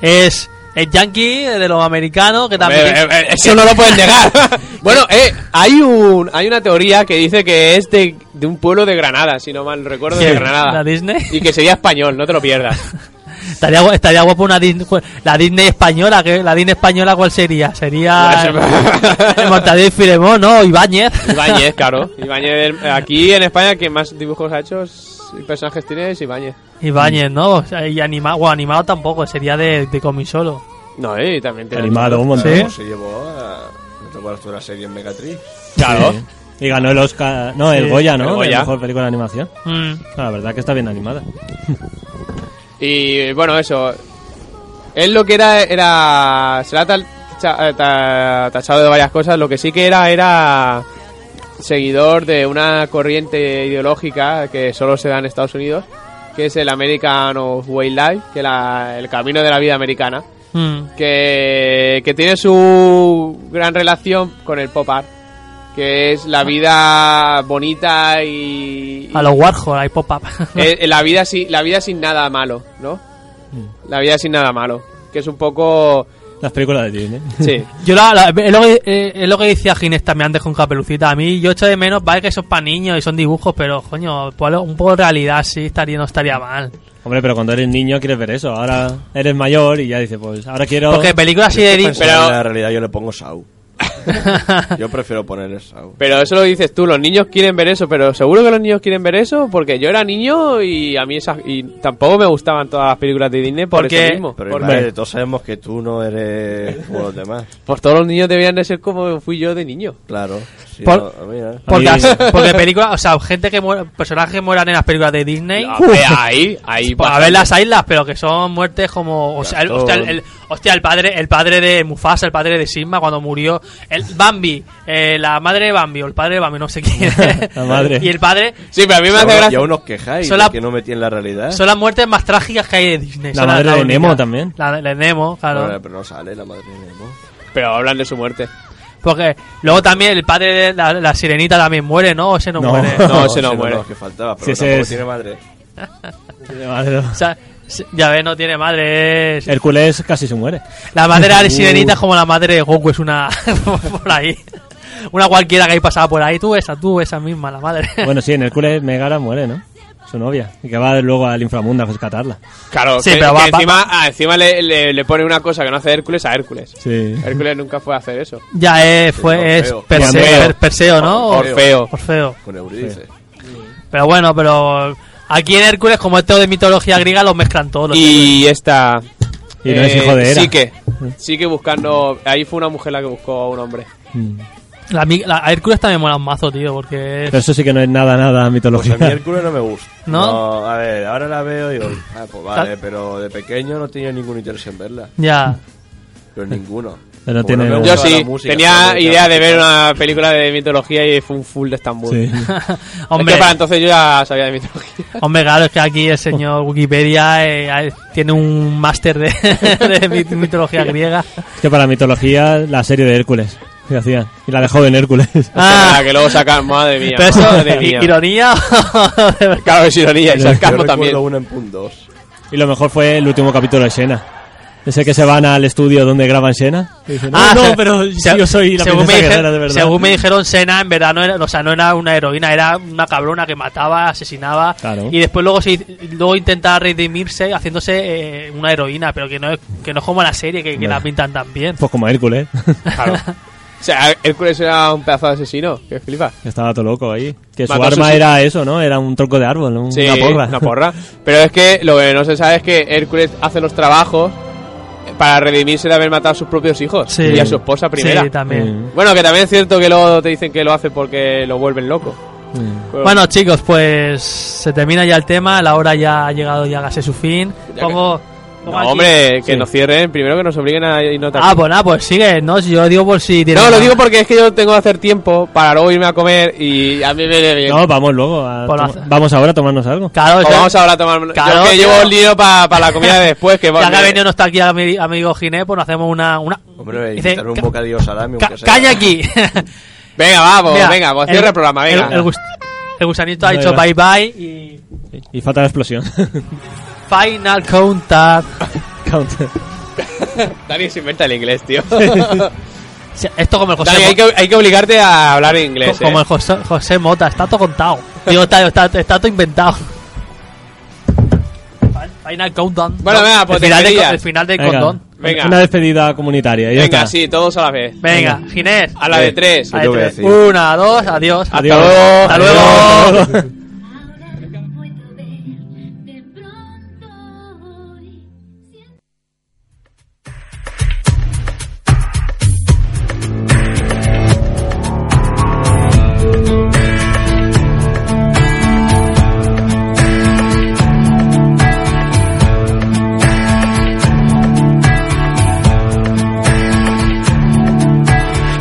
S2: es es yankee eh, de los americanos que también
S3: Eh, eh, eh, eso no lo pueden negar. bueno, eh, hay un hay una teoría que dice que es de, de un pueblo de Granada, si no mal recuerdo, de
S2: Sí,
S3: Granada.
S2: ¿la Disney?
S3: Y que sería español, no te lo pierdas.
S2: Estaría, gu- estaría guapo una Disney, pues, la Disney española, que la Disney española cuál sería? Sería
S3: Pues-
S2: el Mortadelo y Filemón, ¿no? Ibáñez.
S3: Ibáñez, claro. Ibáñez, el- aquí en España, quien más dibujos ha hecho es- y personajes tiene es Ibáñez.
S2: Ibáñez, ¿no? O sea, y animado, bueno, animado tampoco, sería de, de Comisolo.
S3: No, eh, y también tiene.
S5: Animado un montón.
S4: Se llevó a... ¿No te acuerdas tú de la serie en Megatrix?
S3: Claro.
S5: Sí. Y ganó el Oscar. No, el
S2: Sí.
S5: Goya, ¿no?
S3: El Goya.
S5: La mejor película de animación.
S2: Mm.
S5: Ah, La verdad que está bien animada.
S3: Y bueno, eso. Él lo que era, era. Se la ha tal- cha- eh, ta- tachado de varias cosas. Lo que sí que era, era. Seguidor de una corriente ideológica que solo se da en Estados Unidos, que es el American of Wildlife, que la, el camino de la vida americana,
S2: Mm.
S3: que, que tiene su gran relación con el pop art, que es la vida bonita y,
S2: A los Warhol, hay pop-up.
S3: eh, eh, la vida si- la vida sin nada malo, ¿no? La vida sin nada malo, que es un poco
S5: Las películas de Disney.
S3: sí.
S2: Yo la- la- es, lo que, eh, es lo que decía Ginés también antes con Capelucita. A mí yo echo de menos, vale que eso es para niños y son dibujos, pero coño, ponle un poco de realidad sí estaría, no estaría mal.
S5: Hombre, pero cuando eres niño quieres ver eso. Ahora eres mayor y ya dices, pues ahora quiero.
S2: Porque películas así de Disney...
S4: Pero...
S3: Pero-
S4: En la realidad yo le pongo Sau. Yo prefiero poner esa. güey.
S3: Pero eso lo dices tú, los niños quieren ver eso, pero seguro que los niños quieren ver eso porque yo era niño y a mí esas y tampoco me gustaban todas las películas de Disney por
S2: Porque-
S3: eso mismo.
S4: Pero
S3: Porque-
S4: Ismael, todos sabemos que tú no eres como los demás.
S3: pues todos los niños debían de ser como fui yo de niño.
S4: Claro. Si
S2: Por-
S4: no, a mí, ¿eh?
S2: Porque,
S5: A mí-
S2: porque películas, o sea, gente que muera- personajes que mueran en las películas de Disney. uh,
S3: A ver, ahí, ahí
S2: Pues a ver las islas, pero que son muertes como. O sea, el, hostia, el, el- hostia, el padre, el padre de Mufasa, el padre de Sigma cuando murió. El Bambi, eh, la madre de Bambi, o el padre de Bambi, no sé quién.
S5: La madre.
S2: Y el padre.
S3: Sí, pero a mí me hace
S4: Y
S3: gracia.
S4: aún os quejáis
S2: Son
S4: de
S2: la-
S4: que no metí en la realidad.
S2: Son las muertes más trágicas que hay de Disney.
S5: La
S2: Son
S5: madre de
S2: única.
S5: Nemo también.
S2: La de la de Nemo, claro.
S4: Bueno, pero no sale la madre de Nemo.
S3: Pero hablan de su muerte.
S2: Porque luego también el padre de la, la sirenita también muere, ¿no? O ese no,
S5: No.
S2: muere.
S3: No, ese no
S4: ese
S3: muere.
S4: que faltaba, pero
S5: Sí, ese
S4: tampoco
S5: es-
S4: tiene madre.
S2: O sea, se- ya ves, no tiene madre. es-
S5: Hércules casi se muere.
S2: La madre de la sirenita es como la madre de Goku, es una. por ahí. Una cualquiera que ahí pasaba por ahí. Tú, esa, tú, esa misma, la madre.
S5: Bueno, sí, en Hércules Megara muere, ¿no? Su novia. Y que va luego al inframundo a rescatarla.
S3: Claro,
S2: Sí,
S3: que,
S2: pero
S3: que
S2: va- va-
S3: encima, ah, encima le, le- le pone una cosa que no hace Hércules a Hércules.
S5: Sí.
S3: Hércules nunca fue a hacer eso.
S2: ya es, fue, es
S4: Orfeo.
S2: Perse-
S5: Orfeo.
S2: Per- Perseo, ¿no?
S3: Orfeo.
S2: Orfeo.
S4: Con Eurídice.
S2: Pero bueno, pero. Aquí en Hércules, como esto de mitología griega, los mezclan todos. los Hércules.
S3: Y esta.
S5: Y no es hijo de Hera.
S3: Sí que. Sí que buscando. Ahí fue una mujer la que buscó a un hombre.
S2: La, mi- la- a Hércules también mola un mazo, tío, porque. es-
S5: Mm. Pero eso sí que no es nada, nada
S4: Pues a
S5: mitología.
S4: mí el culo no me gusta.
S2: ¿No?
S4: A ver, ahora la veo y digo, ah, pues vale, pero de pequeño no tenía ningún interés en verla.
S2: Ya.
S4: Pero ninguno.
S5: Pero
S4: Como
S5: tiene-
S4: me
S3: Yo
S4: gustaba
S3: sí,
S4: la música,
S3: tenía
S4: pero
S3: idea de
S4: claro,
S3: ver una película de mitología y fue un full de Estambul.
S5: Sí.
S3: Hombre.
S2: Hombre,
S3: para entonces yo ya sabía de mitología.
S2: hombre, claro, es que aquí el señor Wikipedia eh, eh, tiene un máster de- de mit- mitología griega.
S5: Es que para mitología, la serie de Hércules. Que hacían. Y la de joven Hércules.
S3: Ah, que luego sacan, madre mía.
S2: Pero eso,
S3: madre mía.
S2: ironía.
S3: Claro, es ironía y
S4: Yo
S3: sarcasmo
S4: recuerdo
S3: también.
S4: una en punto dos.
S5: Y lo mejor fue el último capítulo de Xena. Ese que se van al estudio donde graban Xena. Y dicen,
S2: Ah,
S5: no, no,
S2: se-
S5: pero
S2: se-
S5: yo soy la
S2: según me, dijeron-
S5: princesa guerrera de verdad.
S2: según me dijeron, Sena en verdad no era, o sea, no era una heroína, era una cabrona que mataba, asesinaba.
S5: Claro.
S2: Y después luego se, luego intentaba redimirse haciéndose eh, una heroína, pero que no, es, que no es como la serie que, que
S5: Bueno.
S2: la pintan tan bien.
S5: Pues como Hércules.
S3: Claro. O sea, Hércules era un pedazo de asesino. Que flipas.
S5: Que Estaba todo loco ahí. Que su
S3: Mató a
S5: arma
S3: sus-
S5: era eso, ¿no? Era un tronco de árbol, un-
S3: Sí,
S5: una porra.
S3: Pero es que lo que no se sabe es que Hércules hace los trabajos para redimirse de haber matado a sus propios hijos
S2: Sí.
S3: y a su esposa primera.
S2: Sí, también.
S5: Mm,
S3: bueno, que también es cierto que luego te dicen que lo hace porque lo vuelven loco.
S5: mm.
S3: Pero-
S2: Bueno, chicos, pues se termina ya el tema, la hora ya ha llegado, ya casi su fin.
S3: Ya
S2: Pongo,
S3: No,
S2: pongo aquí-
S3: hombre, que
S5: Sí.
S3: nos cierren, primero que nos obliguen a ir no
S2: Ah, pues nada, pues sigue, ¿no? Si Yo digo por si tiene
S3: No, lo
S2: una-
S3: digo porque es que yo tengo que hacer tiempo para luego irme a comer y a mí me viene bien.
S5: No, vamos luego. a
S2: Por la-
S5: toma- Vamos ahora a tomarnos algo.
S2: Claro,
S3: Pues
S2: o sea,
S3: vamos ahora a tomar.
S2: Claro,
S3: yo que
S2: tío.
S3: llevo el dinero para la comida de después. Que
S2: Ya que ha venido no está aquí ami- amigo Ginés, pues nos hacemos una... una...
S4: Hombre,
S2: Dice,
S4: invitar un
S2: "Ca-
S4: bocadillo salami,
S2: ca-
S4: aunque sea.
S2: ¡Caña aquí!
S3: Venga, vamos,
S2: Mira,
S3: venga, pues cierra el programa, venga.
S2: El, el gus- el gusanito ha
S5: Venga.
S2: dicho bye bye y...
S5: Y falta la explosión.
S2: Final Countdown.
S5: Counter.
S3: Dani se inventa el inglés, tío.
S2: O sea, Esto como el José...
S3: Dani, hay
S2: Mo-
S3: que, hay que obligarte a hablar inglés.
S2: pues- co- como
S3: eh.
S2: el José, José Mota, está todo contado. Digo, está, está, está todo inventado. Final Countdown.
S3: Bueno, venga, pues
S2: el final, de,
S3: despedidas.
S2: el final de
S5: Venga,
S2: condón.
S3: Venga.
S5: Una despedida comunitaria. y ya
S3: Venga,
S5: está.
S3: sí, todos a la vez.
S2: Venga, Ginés.
S3: A la de tres.
S2: A
S4: Yo voy a
S2: de tres.
S4: decir.
S2: Una, dos, adiós.
S3: Hasta
S5: Adiós.
S3: luego.
S2: Hasta luego.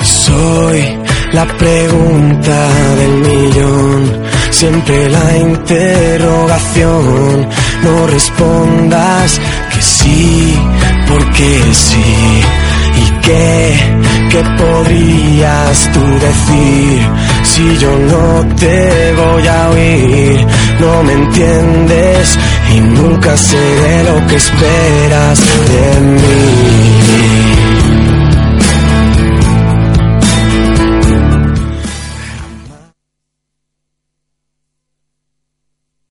S7: Soy la pregunta del millón, siempre la interrogación. No respondas que sí, porque sí. ¿Y qué, qué podrías tú decir si yo no te voy a oír? No me entiendes y nunca seré lo que esperas de mí.